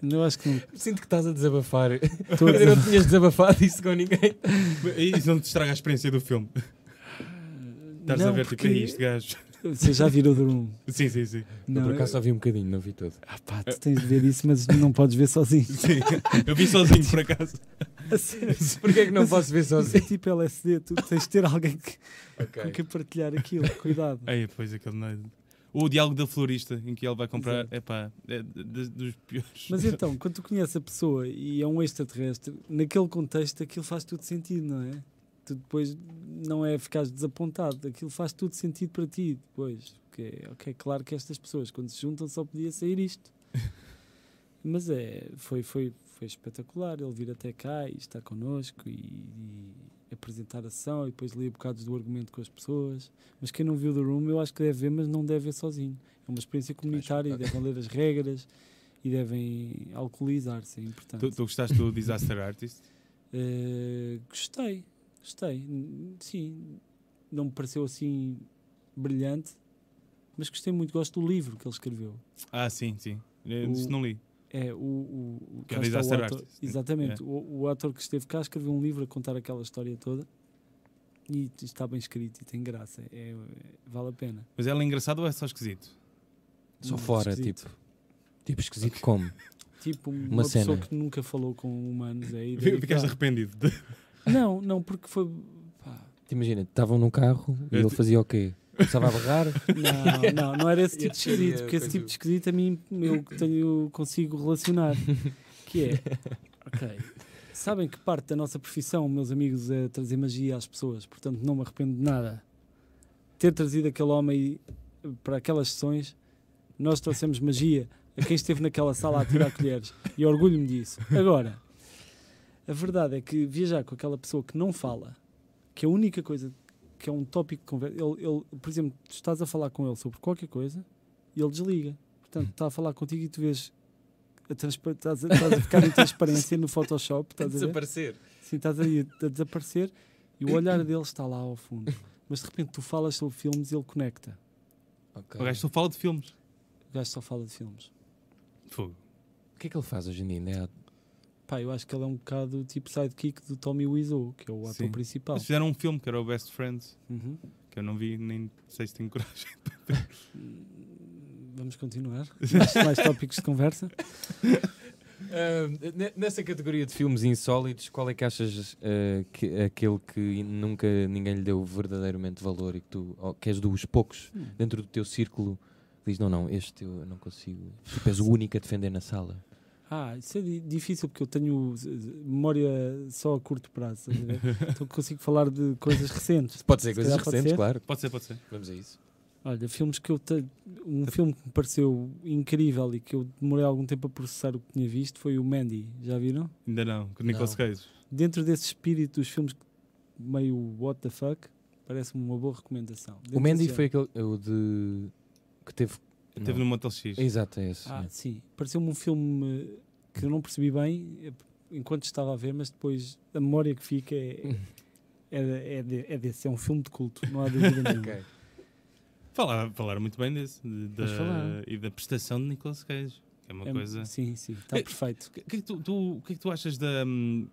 Speaker 3: Eu acho que não
Speaker 2: Sinto que estás a desabafar.
Speaker 3: estou a dizer.
Speaker 2: não tinhas desabafado isso com ninguém.
Speaker 1: Isso não te estraga a experiência do filme. Estás a ver, tipo, é isto, gajo.
Speaker 3: Vocês já viram o The Room?
Speaker 1: Sim, sim, sim.
Speaker 2: Não, por
Speaker 3: eu-
Speaker 2: acaso só vi um bocadinho, não vi todo.
Speaker 3: Ah pá, tu tens de ver isso, mas não podes ver sozinho.
Speaker 1: sim. Eu vi sozinho, por acaso.
Speaker 2: Porquê é que não posso ver
Speaker 3: Mas é
Speaker 2: sozinho?
Speaker 3: tipo LSD, tu tens de ter alguém que, com
Speaker 2: Ok.
Speaker 3: quem partilhar aquilo, cuidado.
Speaker 1: Aí, pois, aquele. não- O diálogo da florista, em que ele vai comprar.
Speaker 3: Exato.
Speaker 1: Epá, é d- dos piores.
Speaker 3: Mas então, quando tu conheces a pessoa e é um extraterrestre, naquele contexto aquilo faz tudo sentido, não é? Tu depois não é ficares desapontado, aquilo faz tudo sentido para ti depois. Porque, é, ok, claro que estas pessoas quando se juntam só podia sair isto. Mas é, foi, foi, foi espetacular ele vir até cá e estar connosco e, e apresentar a ação e depois ler bocados do argumento com as pessoas. Mas quem não viu The Room eu acho que deve ver, mas não deve ver sozinho. É uma experiência comunitária e devem ler as regras e devem alcoolizar-se, é importante.
Speaker 1: Tu, tu gostaste do Disaster Artist?
Speaker 3: Eh, gostei, gostei. N- Sim, não me pareceu assim brilhante, mas gostei muito. Gosto do livro que ele escreveu.
Speaker 1: Ah, sim, sim. Eu
Speaker 3: O-
Speaker 1: Isso não li.
Speaker 3: É o, o, o,
Speaker 1: Que é
Speaker 3: cá
Speaker 1: o
Speaker 3: está
Speaker 1: Disaster
Speaker 3: ator,
Speaker 1: Artist, né?
Speaker 3: Exatamente. O, o ator que esteve cá escreveu um livro a contar aquela história toda e está bem escrito e tem graça. É, é- vale a pena.
Speaker 1: Mas ela é engraçada ou é só esquisito?
Speaker 2: Só
Speaker 3: Hum,
Speaker 2: fora,
Speaker 3: esquisito.
Speaker 2: tipo. Tipo esquisito como?
Speaker 3: Tipo, uma,
Speaker 2: cena.
Speaker 3: pessoa que nunca falou com humanos. É a ideia que
Speaker 1: Ficaste
Speaker 3: dá.
Speaker 1: arrependido.
Speaker 3: não, não, porque foi. pá,
Speaker 2: Te imagina, estavam num carro e
Speaker 1: Eu
Speaker 2: ele
Speaker 1: te-
Speaker 2: fazia o quê? Começava a barrar.
Speaker 3: Não, não, não era esse
Speaker 2: Eu
Speaker 3: tipo de
Speaker 2: tinha
Speaker 3: esquisito, porque esse
Speaker 2: coisa-
Speaker 3: tipo de esquisito a mim eu que tenho, consigo relacionar. Que é, ok, sabem que parte da nossa profissão, meus amigos, é trazer magia às pessoas, portanto não me arrependo de nada. Ter trazido aquele homem para aquelas sessões, nós trouxemos magia a quem esteve naquela sala a tirar colheres e orgulho-me disso. Agora, a verdade é que viajar com aquela pessoa que não fala, que a única coisa que é um tópico de conversa. Ele, ele, por exemplo, tu estás a falar com ele sobre qualquer coisa e ele desliga. Portanto, está a falar contigo e tu vês. A transpa- estás, a, estás a ficar em transparência no Photoshop, estás a, ver?
Speaker 2: desaparecer.
Speaker 3: Sim, estás aí a, a desaparecer e o olhar dele está lá ao fundo. Mas de repente tu falas sobre filmes e ele conecta.
Speaker 2: Ok.
Speaker 1: O gajo só fala de filmes.
Speaker 3: O gajo só fala de filmes.
Speaker 1: Fogo.
Speaker 2: O que é que ele faz hoje em dia? Ainda é-
Speaker 3: Pá, eu acho que ele é um bocado tipo sidekick do Tommy Wiseau, que é o ator
Speaker 1: Sim.
Speaker 3: principal.
Speaker 1: Eles fizeram um filme que era o Best Friends,
Speaker 3: Uhum.
Speaker 1: que eu não vi, nem sei se tenho coragem.
Speaker 3: Vamos continuar. Mais, mais tópicos de conversa.
Speaker 2: Ah, ne- nessa categoria de filmes insólitos, qual é que achas ah, que, aquele que nunca ninguém lhe deu verdadeiramente valor e que tu ou, que és dos poucos dentro do teu círculo que diz: Não, não, este eu não consigo. Tipo, és o único a defender na sala.
Speaker 3: Ah, isso é di- difícil porque eu tenho eh, memória só a curto prazo. estás a ver? então consigo falar de coisas recentes.
Speaker 2: Pode ser
Speaker 3: Se
Speaker 2: coisas
Speaker 3: calhar pode
Speaker 2: recentes,
Speaker 3: ser.
Speaker 2: claro.
Speaker 1: Pode ser, pode ser.
Speaker 2: Vamos a isso.
Speaker 3: Olha, filmes que eu te- um filme que me pareceu incrível e que eu demorei algum tempo a processar o que tinha visto foi o Mandy. Já viram?
Speaker 1: Ainda não, com o Nicolas
Speaker 2: Não.
Speaker 1: Cage.
Speaker 3: Dentro desse espírito dos filmes meio what the fuck, parece-me uma boa recomendação. Dentro
Speaker 2: o Mandy
Speaker 3: desse
Speaker 2: foi aquele o de que teve.
Speaker 1: Teve
Speaker 2: não.
Speaker 1: no Motel X.
Speaker 2: Exato, é esse.
Speaker 3: Ah, sim. Pareceu-me um filme eh, que eu não percebi bem eh, enquanto estava a ver, mas depois a memória que fica é, é, é, de- é desse. É um filme de culto, não há dúvida nenhuma.
Speaker 2: Ok.
Speaker 1: Falar, falaram muito bem desse. de- da-
Speaker 2: Mas falaram.
Speaker 1: e da prestação de Nicolas Cage. É uma
Speaker 3: É-
Speaker 1: coisa.
Speaker 3: Sim, sim, está
Speaker 1: Eh,
Speaker 3: perfeito.
Speaker 1: O que, o que é que tu, tu- o que é que tu achas da, hum,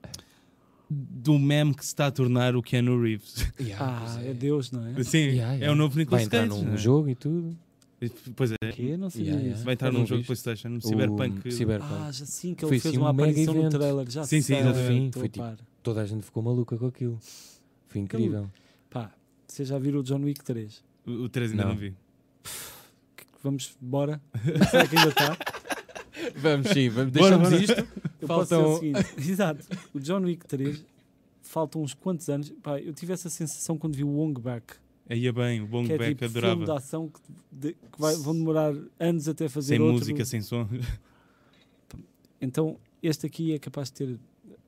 Speaker 1: do meme que se está a tornar o Keanu Reeves?
Speaker 2: Yeah,
Speaker 3: Ah,
Speaker 2: pois
Speaker 3: é Deus, não é?
Speaker 1: Sim,
Speaker 2: Yeah, yeah.
Speaker 1: é o novo
Speaker 2: Vai
Speaker 1: Nicolas
Speaker 2: entrar
Speaker 1: Cage.
Speaker 2: num
Speaker 1: não é?
Speaker 2: jogo e tudo.
Speaker 1: Pois é,
Speaker 3: Que eu não sabia
Speaker 2: Yeah,
Speaker 3: isso.
Speaker 2: yeah.
Speaker 1: vai entrar
Speaker 2: Eu
Speaker 1: num
Speaker 2: não
Speaker 1: jogo
Speaker 2: vi.
Speaker 1: PlayStation, no
Speaker 2: O
Speaker 1: Cyberpunk.
Speaker 2: Cyberpunk.
Speaker 3: Ah, já sim, que ele
Speaker 2: Foi,
Speaker 3: fez
Speaker 2: sim,
Speaker 3: uma
Speaker 2: um mega
Speaker 3: aparição no
Speaker 2: evento.
Speaker 3: trailer. Já
Speaker 1: Sim, sim,
Speaker 3: sei,
Speaker 1: exatamente.
Speaker 3: estou
Speaker 2: Foi
Speaker 3: a
Speaker 2: tipo-
Speaker 3: par.
Speaker 2: Toda a gente ficou maluca com aquilo. Foi
Speaker 1: Então,
Speaker 2: incrível.
Speaker 3: Pá, você já viram o John Wick 3?
Speaker 1: O, o 3 ainda
Speaker 2: Não.
Speaker 1: não, vi.
Speaker 3: Que- Vamos, bora. Será que ainda tá? está?
Speaker 2: Vamos sim, vamos,
Speaker 1: Bora,
Speaker 2: deixamos
Speaker 1: bora.
Speaker 2: isto.
Speaker 3: Eu posso dizer
Speaker 2: Faltam-
Speaker 3: o seguinte. Exato. O John Wick 3 faltam uns quantos anos. Pá, eu tive essa sensação quando vi o Wong Back,
Speaker 1: Aí ia bem, o Bong
Speaker 3: que é
Speaker 1: Beck
Speaker 3: tipo filme de
Speaker 1: adorava.
Speaker 3: ação que, de- que vai- vão demorar anos até fazer
Speaker 1: Sem
Speaker 3: outro.
Speaker 1: música, sem som.
Speaker 3: Então, este aqui é capaz de ter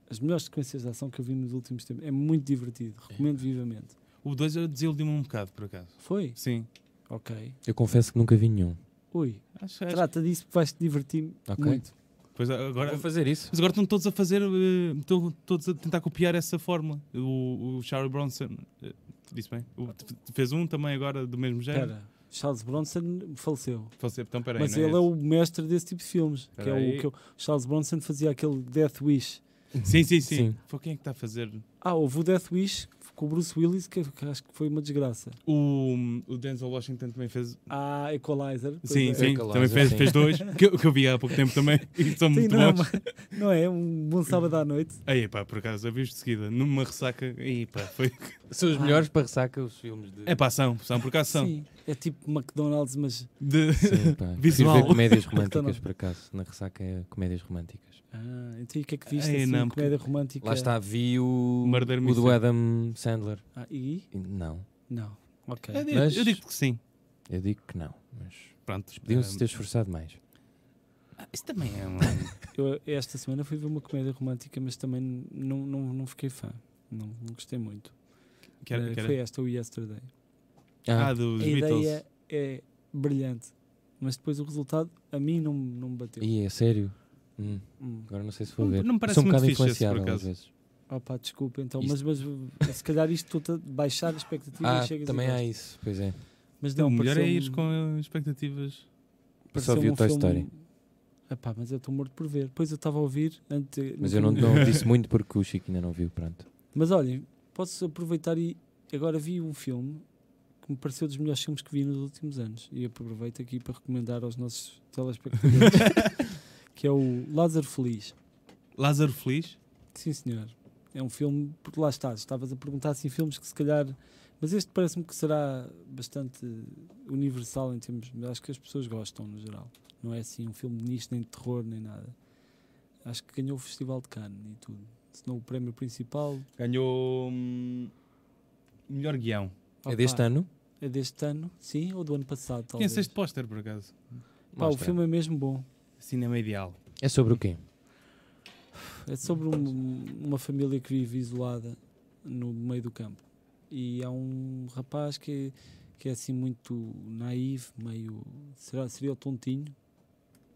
Speaker 3: as melhores sequências de ação que eu vi nos últimos tempos. É muito divertido. Recomendo vivamente.
Speaker 1: O 2 desiludiu-me um bocado, por acaso.
Speaker 3: Foi?
Speaker 1: Sim.
Speaker 3: Ok.
Speaker 2: Eu confesso que nunca vi nenhum.
Speaker 3: Ui,
Speaker 1: Acho, acho.
Speaker 3: trata disso que vais te divertir
Speaker 2: Ok.
Speaker 3: muito.
Speaker 1: Pois agora,
Speaker 2: Vou fazer isso.
Speaker 1: mas agora estão todos a fazer, eh, estão todos a tentar copiar essa fórmula. O, o Charlie Bronson, eh, disse bem, O- f- fez um também agora do mesmo género.
Speaker 3: Espera, Charles Bronson faleceu.
Speaker 1: Você, então, peraí,
Speaker 3: Mas
Speaker 1: não
Speaker 3: ele é
Speaker 1: esse.
Speaker 3: o mestre desse tipo de filmes. Que é o
Speaker 1: Peraí.
Speaker 3: que eu- Charles Bronson fazia aquele Death Wish.
Speaker 1: Sim, sim, sim.
Speaker 2: Sim.
Speaker 1: Foi quem é que está a fazer?
Speaker 3: Ah, houve o Death Wish com o Bruce Willis, que, que acho que foi uma desgraça.
Speaker 1: O, o Denzel Washington também fez.
Speaker 3: Ah, Equalizer. pois
Speaker 1: Sim,
Speaker 3: é.
Speaker 1: sim,
Speaker 2: Equalizer,
Speaker 1: também fez,
Speaker 2: sim.
Speaker 1: fez dois, que, eu- que eu vi há pouco tempo também, e são
Speaker 3: Sim,
Speaker 1: muito
Speaker 3: não, é
Speaker 1: bons.
Speaker 3: uma- não é? Um bom sábado à noite.
Speaker 1: Aí, pá, por acaso, eu vi de seguida, numa ressaca, aí, pá, foi.
Speaker 2: São os
Speaker 3: Ah.
Speaker 2: melhores para ressaca os filmes de.
Speaker 1: É pá, são, são, por acaso são.
Speaker 3: Sim, é tipo McDonald's, mas.
Speaker 1: De-
Speaker 2: Sim, pá. Prefiro
Speaker 1: Visual.
Speaker 2: ver comédias
Speaker 3: Então
Speaker 2: românticas,
Speaker 3: não.
Speaker 2: por acaso. Na ressaca é comédias românticas.
Speaker 3: Ah, então e o que é que viste?
Speaker 1: Ei,
Speaker 3: assim,
Speaker 1: não,
Speaker 3: comédia romântica.
Speaker 2: Lá está, vi o,
Speaker 1: Murder
Speaker 2: o do
Speaker 1: Mystery.
Speaker 2: Adam Sandler.
Speaker 3: Ah, e?
Speaker 2: E Não,
Speaker 3: Não. Ok.
Speaker 1: Eu, digo,
Speaker 2: Mas-
Speaker 1: eu digo que sim.
Speaker 2: eu digo que não. Mas
Speaker 1: Pronto.
Speaker 2: podiam-se ter esforçado mais.
Speaker 1: Ah, Isso também é um.
Speaker 3: Eu, esta semana fui ver uma comédia romântica, mas também não, não, não fiquei fã. Não, não gostei muito.
Speaker 1: que era-
Speaker 3: Eh,
Speaker 1: que era-
Speaker 3: Foi esta, o Yesterday.
Speaker 1: Ah,
Speaker 2: Ah,
Speaker 1: dos
Speaker 3: a
Speaker 1: Beatles.
Speaker 3: ideia é brilhante, mas depois o resultado a mim não, me- não me bateu.
Speaker 2: e é sério. Hum,
Speaker 3: Hum.
Speaker 2: agora não sei se vou
Speaker 1: Não-
Speaker 2: ver.
Speaker 1: não me parece
Speaker 2: Sou um
Speaker 1: muito
Speaker 2: bocado
Speaker 1: fixe esse,
Speaker 2: influenciável
Speaker 1: por
Speaker 2: às
Speaker 1: acaso.
Speaker 2: vezes.
Speaker 3: Oh pá, desculpa, então,
Speaker 2: Isto-
Speaker 3: mas, mas se calhar isto estou a baixar a expectativa
Speaker 2: Ah,
Speaker 3: e chegas
Speaker 2: também
Speaker 3: a
Speaker 2: há isso, pois é.
Speaker 3: Mas
Speaker 1: Não,
Speaker 3: não,
Speaker 1: o melhor é
Speaker 3: pareceu-me-
Speaker 2: um
Speaker 1: ir com expectativas.
Speaker 2: Só
Speaker 3: pareceu-me
Speaker 2: vi o
Speaker 3: um
Speaker 2: Toy
Speaker 3: filme-
Speaker 2: Story.
Speaker 3: Epá, mas eu estou morto por ver. Pois eu estava a ouvir antes.
Speaker 2: Mas eu não, não disse muito porque o Chico ainda não viu, pronto.
Speaker 3: Mas olhem, posso aproveitar e agora vi um filme que me pareceu dos melhores filmes que vi nos últimos anos. E aproveito aqui para recomendar aos nossos telespectadores que é o Lázaro Feliz.
Speaker 1: Lázaro Feliz?
Speaker 3: Sim, senhor. É um filme, porque lá estás, estavas a perguntar assim filmes que se calhar Mas este parece-me que será bastante universal em termos. Acho que as pessoas gostam no geral. Não é assim um filme de nicho, nem de terror, nem nada. Acho que ganhou o Festival de Cannes e tudo. Se não o prémio principal.
Speaker 1: Ganhou hum, melhor guião.
Speaker 2: É deste
Speaker 3: opá,
Speaker 2: ano?
Speaker 3: É deste ano, sim, ou do ano passado, talvez.
Speaker 1: Conhece este é póster, por acaso?
Speaker 3: Pá, o
Speaker 2: Mostra.
Speaker 3: filme é mesmo bom.
Speaker 1: Cinema Ideal.
Speaker 2: É sobre o quê?
Speaker 3: É sobre um- uma família que vive isolada no meio do campo. E há um rapaz que, que é assim muito naivo, meio. Será, seria o tontinho,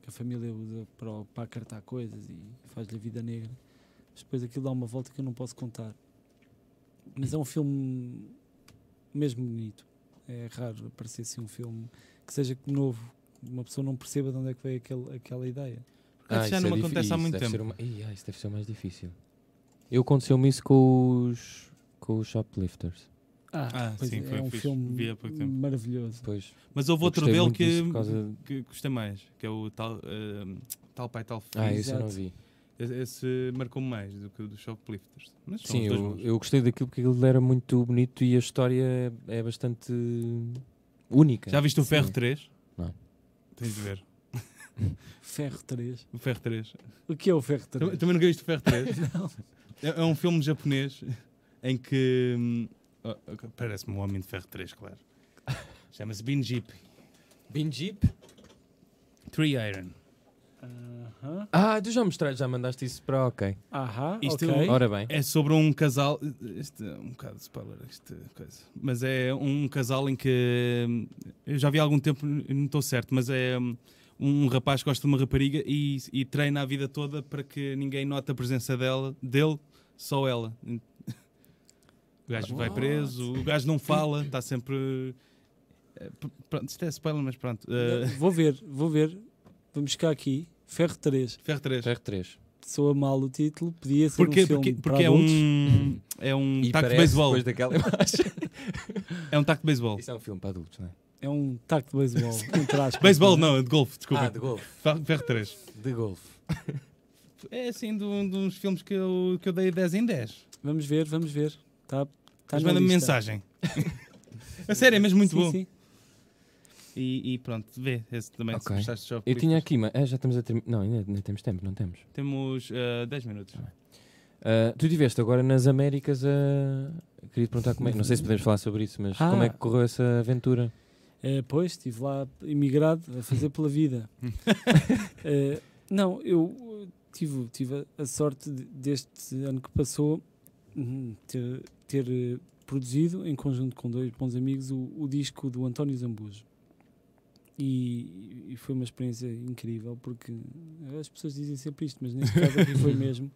Speaker 3: que a família usa para, o- para acartar coisas e faz-lhe a vida negra. Mas depois aquilo dá uma volta que eu não posso contar. Mas é um filme mesmo bonito. É raro aparecer assim um filme que seja novo, uma pessoa não perceba de onde é que veio aquele- aquela ideia.
Speaker 1: acaso Ah, já
Speaker 2: Ah, isso é
Speaker 1: não me
Speaker 2: difí-
Speaker 1: acontece há
Speaker 2: isso
Speaker 1: muito
Speaker 2: deve
Speaker 1: tempo.
Speaker 2: ser uma- Ih, ah, isso deve ser mais difícil. Eu aconteceu-me isso com os, com os shoplifters.
Speaker 1: Ah,
Speaker 3: Pois
Speaker 1: sim,
Speaker 3: é,
Speaker 1: foi
Speaker 3: é um
Speaker 1: fixe. Vi há
Speaker 3: filme
Speaker 1: pouco tempo.
Speaker 3: maravilhoso.
Speaker 2: Pois.
Speaker 1: Mas houve
Speaker 2: Eu
Speaker 1: outro
Speaker 2: gostei
Speaker 1: dele
Speaker 2: muito
Speaker 1: que,
Speaker 2: disso por causa-
Speaker 1: que gostei mais, que é o tal, hum, tal pai, tal filho.
Speaker 2: Ah, isso eu
Speaker 3: Exato.
Speaker 2: não vi.
Speaker 1: Esse, esse marcou-me mais do que o do Shoplifters. Mas são
Speaker 2: Sim,
Speaker 1: os dois
Speaker 2: eu,
Speaker 1: bons.
Speaker 2: eu gostei daquilo porque ele era muito bonito e a história é bastante única.
Speaker 1: Já viste o
Speaker 2: Sim.
Speaker 1: Ferro 3?
Speaker 2: Não.
Speaker 1: Tens de ver.
Speaker 3: Ferro 3.
Speaker 1: O Ferro 3.
Speaker 2: Então
Speaker 3: O que é o Ferro 3?
Speaker 1: Também, também nunca viste o Ferro 3? É, é um filme japonês em que. hum, oh, ok, Parece-me um homem de Ferro 3, claro. Chama-se Bin Jeep.
Speaker 2: Bin Jeep?
Speaker 1: Three Iron.
Speaker 3: Aham.
Speaker 2: Ah, tu já mostraste, já mandaste isso para OK.
Speaker 3: Aham,
Speaker 1: Isto-
Speaker 3: ok.
Speaker 2: Ora bem.
Speaker 1: É sobre um casal. Este é um bocado de spoiler, esta coisa. Mas é um casal em que. hum, Eu já vi há algum tempo, não estou certo, mas é. hum, Um rapaz que gosta de uma rapariga e, e treina a vida toda para que ninguém note a presença dela, dele, só ela. O gajo vai
Speaker 2: What?
Speaker 1: preso, o gajo não fala, está sempre. eh, pr- Pronto, isto é spoiler, mas pronto. eh,
Speaker 3: Vou ver, vou ver. Vamos cá aqur aqui. Ferro 3.
Speaker 1: Ferro 3.
Speaker 2: R3.
Speaker 3: Soa mal o título, podia ser
Speaker 1: Porque,
Speaker 3: um filme
Speaker 1: porque,
Speaker 3: para
Speaker 1: porque é
Speaker 3: adultos.
Speaker 1: um. É um taco de beisebol.
Speaker 2: depois daquela imagem.
Speaker 1: É um taco de beisebol.
Speaker 2: isso é um filme para adultos, não é?
Speaker 3: É um taco de beisebol. entre aspas. é?
Speaker 1: Beisebol não, é de golfe, desculpa.
Speaker 2: Ah, de golfe.
Speaker 1: Fer- Ferro 3.
Speaker 2: De golfe.
Speaker 1: É assim de um dos filmes que eu, que eu dei 10 em 10.
Speaker 3: Vamos ver, vamos ver. Tá, tá
Speaker 1: Mas
Speaker 3: na
Speaker 1: manda-me
Speaker 3: lista.
Speaker 1: mensagem. a sério, é mesmo muito
Speaker 3: Sim,
Speaker 1: bom.
Speaker 3: sim.
Speaker 1: E, e pronto, vê esse também.
Speaker 2: Ok.
Speaker 1: Se gostaste de
Speaker 2: Eu
Speaker 1: Shoplifters.
Speaker 2: tinha aqui, mas ah, já estamos a terminar. Não, ainda nem temos tempo, não temos.
Speaker 1: Temos ah, 10 minutos.
Speaker 2: Ah, tu estiveste agora nas Américas a. Queria te perguntar como é. Não sei se podemos falar sobre isso, mas
Speaker 3: Ah.
Speaker 2: como é que correu essa aventura?
Speaker 3: Eh, pois, estive lá imigrado a fazer pela vida. Eh, não, eu eh, tive, tive a- a sorte de- deste ano que passou hum, ter, ter, eh, produzido, em conjunto com dois bons amigos, o, o disco do António Zambujo. E, e foi uma experiência incrível, porque as pessoas dizem sempre isto, mas neste caso aqui foi mesmo.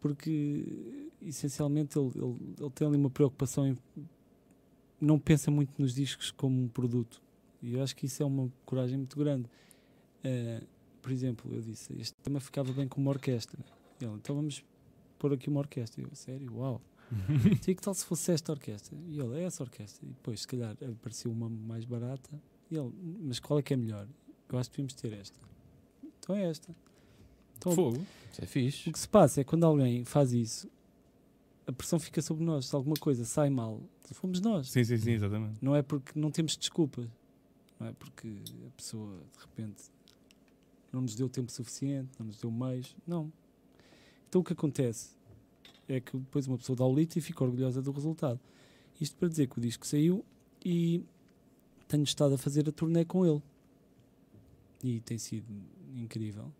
Speaker 3: Porque essencialmente ele, ele, ele tem ali uma preocupação em não pensa muito nos discos como um produto. E eu acho que isso é uma coragem muito grande. Eh, por exemplo, eu disse, este tema ficava bem com uma orquestra. Ele, então vamos pôr aqui uma orquestra. Eu, sério? Uau! Então, e que tal se fosse esta orquestra? E ele, é essa orquestra. E depois, se calhar, apareceu uma mais barata. E ele, mas qual é que é melhor? Eu acho que devíamos ter esta. Então é esta. Então,
Speaker 1: Fogo.
Speaker 2: Isso é
Speaker 3: o
Speaker 2: fixe.
Speaker 3: que se passa é que quando alguém faz isso, a pressão fica sobre nós. Se alguma coisa sai mal, fomos nós.
Speaker 1: Sim, sim, sim, exatamente.
Speaker 3: Não é porque não temos desculpa. Não é porque a pessoa, de repente, não nos deu tempo suficiente, não nos deu meios. Não. Então o que acontece é que depois uma pessoa dá o litro e fica orgulhosa do resultado. Isto para dizer que o disco saiu e tenho estado a fazer a turnê com ele. E tem sido incrível,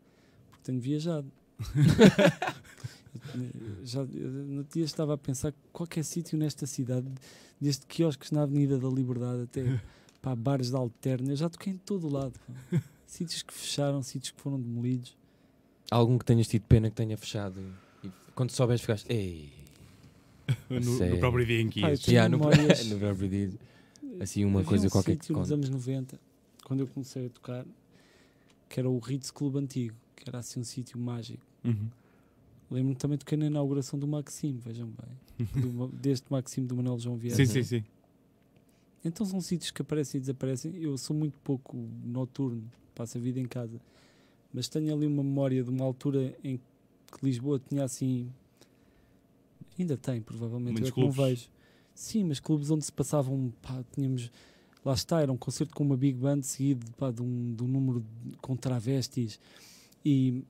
Speaker 3: porque tenho viajado. Já, eu no dia estava a pensar que qualquer sítio nesta cidade desde quiosques na Avenida da Liberdade até pá, bares da Alterna, eu já toquei em todo o lado. pá. sítios que fecharam, sítios que foram demolidos.
Speaker 2: Algum que tenhas tido pena que tenha fechado e quando soubes ficaste. Ei!
Speaker 1: No,
Speaker 2: Sério. Ah,
Speaker 1: no próprio dia em que
Speaker 3: Pá,
Speaker 1: ias.
Speaker 3: eu tenho
Speaker 2: Yeah, no,
Speaker 3: memórias.
Speaker 2: no próprio dia. Assim, uma
Speaker 3: Havia
Speaker 2: coisa
Speaker 3: um
Speaker 2: qualquer que
Speaker 3: sítio nos
Speaker 2: conte.
Speaker 3: anos 90, quando eu comecei a tocar, que era o Ritz Club Antigo, que era assim um sítio mágico.
Speaker 1: Uhum.
Speaker 3: Lembro-me também de toquei na inauguração do Maxime, vejam bem. Do Ma- deste Maxime do Manuel João
Speaker 2: Uhum.
Speaker 3: Vieira.
Speaker 1: Sim, sim, sim.
Speaker 3: Então são sítios que aparecem e desaparecem. Eu sou muito pouco noturno, passo a vida em casa. Mas tenho ali uma memória de uma altura em que Lisboa tinha assim. Ainda tem, provavelmente,
Speaker 1: Muitos
Speaker 3: eu é que não
Speaker 1: clubes.
Speaker 3: vejo. Sim, mas clubes onde se passavam, pá, tínhamos. Lá está, era um concerto com uma big band seguido pá, de, um, de um número de- com travestis e,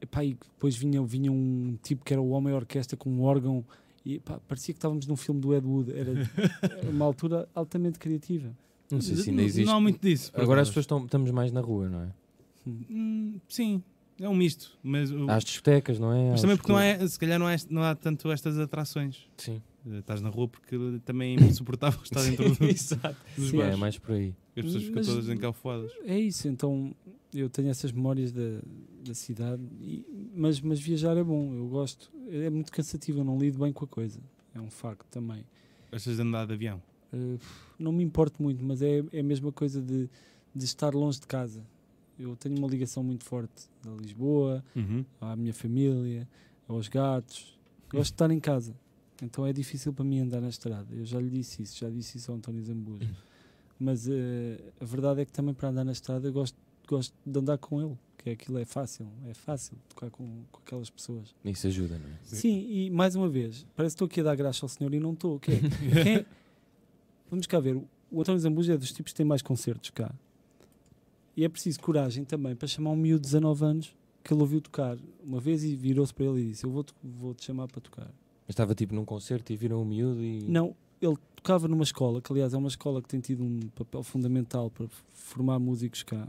Speaker 3: epá, e depois vinha, vinha um tipo que era o homem-orquestra com um órgão e pá, parecia que estávamos num filme do Ed Wood. Era era uma altura altamente criativa.
Speaker 2: Não sei se ainda
Speaker 1: Não-
Speaker 2: existe.
Speaker 1: Não há muito disso. por
Speaker 2: Agora as
Speaker 1: acaso.
Speaker 2: pessoas estão, estamos mais na rua, não é?
Speaker 1: Hum, sim, é um misto. Mas, o-
Speaker 2: Há as discotecas, não é? Há
Speaker 1: mas também
Speaker 2: os
Speaker 1: porque não
Speaker 2: clubes.
Speaker 1: é, se calhar não, é, não há tanto estas atrações.
Speaker 2: Sim,
Speaker 1: Eh, Estás na rua porque também é insuportável estar dentro do- dos
Speaker 2: exato. Sim,
Speaker 1: bares.
Speaker 2: é mais por aí.
Speaker 1: As pessoas ficam
Speaker 3: Mas-
Speaker 1: todas encalfoadas.
Speaker 3: É isso, então eu tenho essas memórias da, da cidade, e- mas, mas viajar é bom, eu gosto. É muito cansativo, eu não lido bem com a coisa, é um facto também.
Speaker 1: Achas de andar de avião?
Speaker 3: Uh, não me importo muito, mas é, é a mesma coisa de, de estar longe de casa. Eu tenho uma ligação muito forte a Lisboa,
Speaker 2: Uhum.
Speaker 3: à minha família, aos gatos. Gosto de estar em casa, então é difícil para mim andar na estrada. Eu já lhe disse isso, já disse isso ao António Zambujo. Mas eh, a verdade é que também para andar na estrada eu gosto, gosto de andar com ele, que aquilo é fácil, é fácil tocar com, com aquelas pessoas.
Speaker 2: Isso ajuda, não é?
Speaker 1: Sim.
Speaker 3: Sim. e mais uma vez, parece que estou aqui a dar graça ao senhor e não estou. o que é? Quem é- Vamos cá ver, o António Zambujo é dos tipos que têm mais concertos cá. E é preciso coragem também para chamar um miúdo de 19 anos que ele ouviu tocar uma vez e virou-se para ele e disse: Eu vou-te vou -te chamar para tocar.
Speaker 2: Mas estava tipo num concerto e viram o miúdo e.
Speaker 3: Não, ele tocava numa escola, que aliás é uma escola que tem tido um papel fundamental para f- formar músicos cá,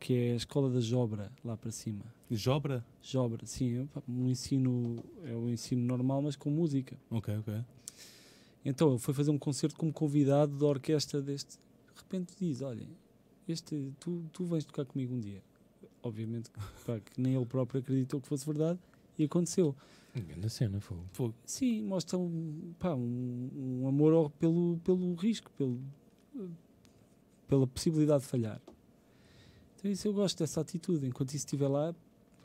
Speaker 3: que é a Escola da Jobra, lá para cima.
Speaker 1: Jobra?
Speaker 3: Jobra, sim, é pá, um ensino, é um ensino normal, mas com música.
Speaker 1: Ok, ok.
Speaker 3: Então ele foi fazer um concerto como convidado da orquestra deste. De repente diz: Olha, este, tu, tu vais tocar comigo um dia. Obviamente que, pá, que nem ele próprio acreditou que fosse verdade e aconteceu.
Speaker 2: Grande cena, fogo.
Speaker 3: Sim, mostra um, pá, um, um amor ao- pelo, pelo risco, pelo, pela possibilidade de falhar. Então isso eu gosto dessa atitude. Enquanto isso estiver lá,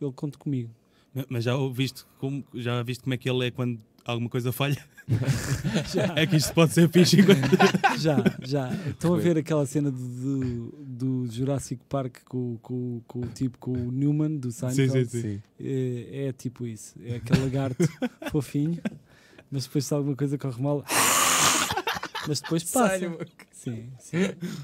Speaker 3: ele conta comigo.
Speaker 1: Ma- Mas já ouviste como, já viste como é que ele é quando alguma coisa falha?
Speaker 3: Já.
Speaker 1: É que isto pode ser fixe enquanto...
Speaker 3: já, já. Estão a ver aquela cena do, do, do Jurassic Park com, com, com o tipo, com o Newman do
Speaker 2: Então,
Speaker 3: Seinfeld?
Speaker 1: Sim, sim.
Speaker 3: É, é tipo isso. É aquele lagarto fofinho, mas depois se alguma coisa corre mal... Mas depois passa.
Speaker 2: Sai-lhe uma-
Speaker 3: Sim, sim.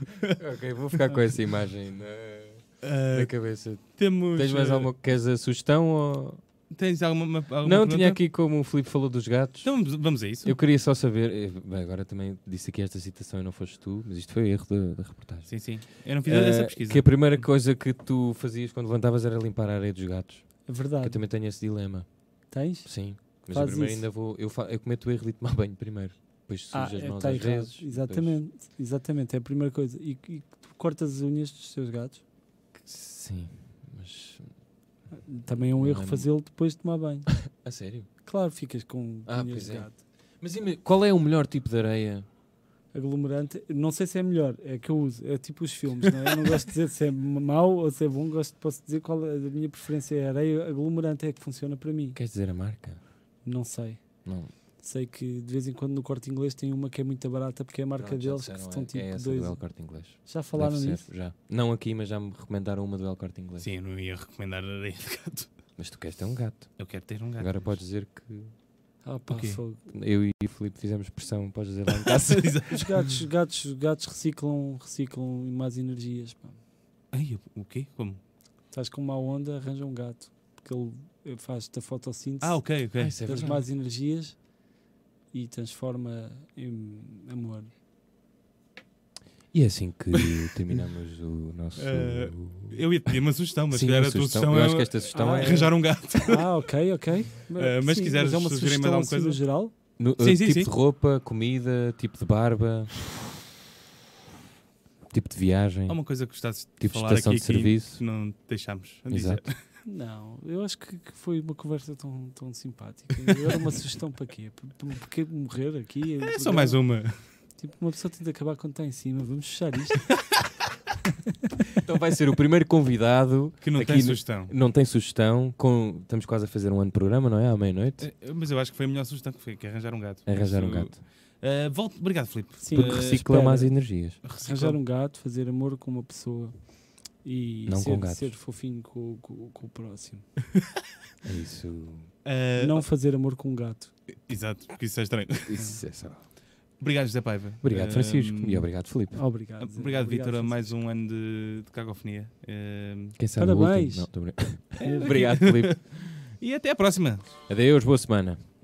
Speaker 2: ok, vou ficar com essa imagem é? na,
Speaker 1: Ah,
Speaker 2: na cabeça.
Speaker 1: temos.
Speaker 2: Tens mais
Speaker 1: eh,
Speaker 2: alguma queres a sugestão ou.
Speaker 1: Tens alguma. uma- alguma
Speaker 2: não,
Speaker 1: pergunta?
Speaker 2: tinha aqui como o Filipe falou dos gatos.
Speaker 1: Então vamos- vamos a isso.
Speaker 2: Eu queria só saber, eh, bem, agora também disse aqui esta citação e não foste tu, mas isto foi erro da, da reportagem.
Speaker 1: Sim, sim. Eu não fiz
Speaker 2: Eh,
Speaker 1: essa pesquisa.
Speaker 2: Que a primeira coisa que tu fazias quando levantavas era limpar a areia dos gatos.
Speaker 3: É
Speaker 2: Que eu
Speaker 3: verdade.
Speaker 2: também tenho esse dilema.
Speaker 3: Tens?
Speaker 2: Sim. Mas eu
Speaker 3: Faz
Speaker 2: primeiro
Speaker 3: isso.
Speaker 2: ainda vou. Eu, fa- eu cometo o erro de tomar banho primeiro. Depois
Speaker 1: Ah,
Speaker 2: sujo as
Speaker 3: é,
Speaker 2: mãos
Speaker 3: tá
Speaker 2: às
Speaker 3: errado.
Speaker 2: vezes. depois-
Speaker 3: Exatamente, exatamente, é a primeira coisa. E, e tu cortas as unhas dos teus gatos.
Speaker 2: Sim. Mas.
Speaker 3: Também é um
Speaker 2: Não
Speaker 3: erro
Speaker 2: é-
Speaker 3: fazê-lo depois de tomar banho.
Speaker 2: A sério?
Speaker 3: Claro, ficas com
Speaker 2: Ah,
Speaker 3: unhas
Speaker 2: pois
Speaker 3: de
Speaker 2: é.
Speaker 3: gato.
Speaker 2: Mas ima- qual é o melhor tipo de areia?
Speaker 3: Aglomerante, não sei se é melhor, é que eu uso, é tipo os filmes, não é? Eu não gosto de dizer se é mau ou se é bom, gosto, posso dizer qual é a minha preferência é areia aglomerante, é a que funciona para mim.
Speaker 2: Queres dizer a marca?
Speaker 3: Não sei.
Speaker 2: Não.
Speaker 3: Sei que de vez em quando no corte inglês tem uma que é muito barata porque é a marca
Speaker 2: Pronto, já
Speaker 3: deles que
Speaker 2: disseram,
Speaker 3: estão
Speaker 2: é,
Speaker 3: tipo
Speaker 2: é essa
Speaker 3: dois.
Speaker 2: do El Corte Inglês. Deve
Speaker 3: Já falaram
Speaker 2: ser,
Speaker 3: nisso?
Speaker 2: Já. Não aqui, mas já me recomendaram uma do El Corte Inglês.
Speaker 1: Sim, eu não ia recomendar areia de gato.
Speaker 2: Mas tu queres ter um gato.
Speaker 1: Eu quero ter um gato.
Speaker 2: Agora podes dizer que
Speaker 3: Ah, pá,
Speaker 1: O quê?
Speaker 3: fogo.
Speaker 2: eu e o Filipe fizemos pressão, podes dizer lá em casa.
Speaker 3: Os gatos, gatos, gatos reciclam, reciclam mais energias. Pá.
Speaker 1: Ai, eu- o quê? Como?
Speaker 3: Estás com uma onda, arranja um gato. Porque ele faz da fotossíntese
Speaker 1: Ah, ok, ok.
Speaker 2: Ah, isso é
Speaker 3: das
Speaker 2: verdade.
Speaker 3: más energias e transforma em amor.
Speaker 2: E é assim que terminamos o nosso.
Speaker 1: Eh, Eu ia te pedir uma sugestão, mas se
Speaker 2: Sim,
Speaker 1: calhar
Speaker 2: uma
Speaker 1: a tua
Speaker 2: sugestão.
Speaker 1: sugestão
Speaker 2: Eu
Speaker 1: é
Speaker 2: acho que esta sugestão
Speaker 3: Ah,
Speaker 2: é.
Speaker 1: arranjar um gato.
Speaker 3: Ah, ok, ok.
Speaker 1: Eh, mas se quiseres
Speaker 3: é uma
Speaker 1: sugerir mais
Speaker 3: sugestão
Speaker 1: alguma
Speaker 3: assim
Speaker 1: coisa?
Speaker 3: no geral?
Speaker 2: No,
Speaker 1: Sim,
Speaker 2: eh,
Speaker 1: sim,
Speaker 2: tipo
Speaker 1: sim.
Speaker 2: de roupa, comida, tipo de barba, tipo de viagem,
Speaker 1: Há uma coisa que gostasses de
Speaker 2: tipo de
Speaker 1: falar
Speaker 2: estação
Speaker 1: aqui
Speaker 2: de serviço.
Speaker 1: que não deixámos. a dizer.
Speaker 2: Exato.
Speaker 3: Não, eu acho que, que foi uma conversa tão, tão simpática. Eu Era uma sugestão para quê? Para para quê morrer aqui?
Speaker 1: É só mais uma.
Speaker 3: Tipo, uma pessoa tem de acabar quando está em cima. Vamos fechar isto.
Speaker 2: Então vai ser o primeiro convidado,
Speaker 1: Que não
Speaker 2: Aqui
Speaker 1: tem
Speaker 2: no-
Speaker 1: sugestão.
Speaker 2: não tem sugestão, com, estamos quase a fazer um ano de programa, não é? À meia-noite.
Speaker 1: Eh, Mas eu acho que foi a melhor sugestão que foi, que é arranjar um gato.
Speaker 2: Arranjar um
Speaker 1: Isso-
Speaker 2: gato.
Speaker 1: Eh, volto- Obrigado, Filipe.
Speaker 3: Sim,
Speaker 2: Porque
Speaker 1: Eh,
Speaker 2: recicla
Speaker 3: é espera.
Speaker 2: mais energias.
Speaker 3: arranjar
Speaker 1: recicla-
Speaker 3: um gato, fazer amor com uma pessoa e
Speaker 2: Não com
Speaker 3: ser,
Speaker 2: gatos.
Speaker 3: ser fofinho com, com- com o próximo.
Speaker 2: É isso.
Speaker 1: Eh,
Speaker 3: Não fazer amor com um gato.
Speaker 1: Exato, porque isso é estranho.
Speaker 2: Isso é só.
Speaker 1: Obrigado, José Paiva.
Speaker 2: Obrigado,
Speaker 1: Eh,
Speaker 2: Francisco. E obrigado, Filipe.
Speaker 3: Obrigado. Zé.
Speaker 1: Obrigado, Vítor, a
Speaker 3: Francisco.
Speaker 1: mais um ano de, de cacofonia. Eh,
Speaker 2: Quem sabe o último.
Speaker 3: Parabéns.
Speaker 2: Não, tô brincando. obrigado, Filipe.
Speaker 1: e até à próxima.
Speaker 2: Adeus, boa semana.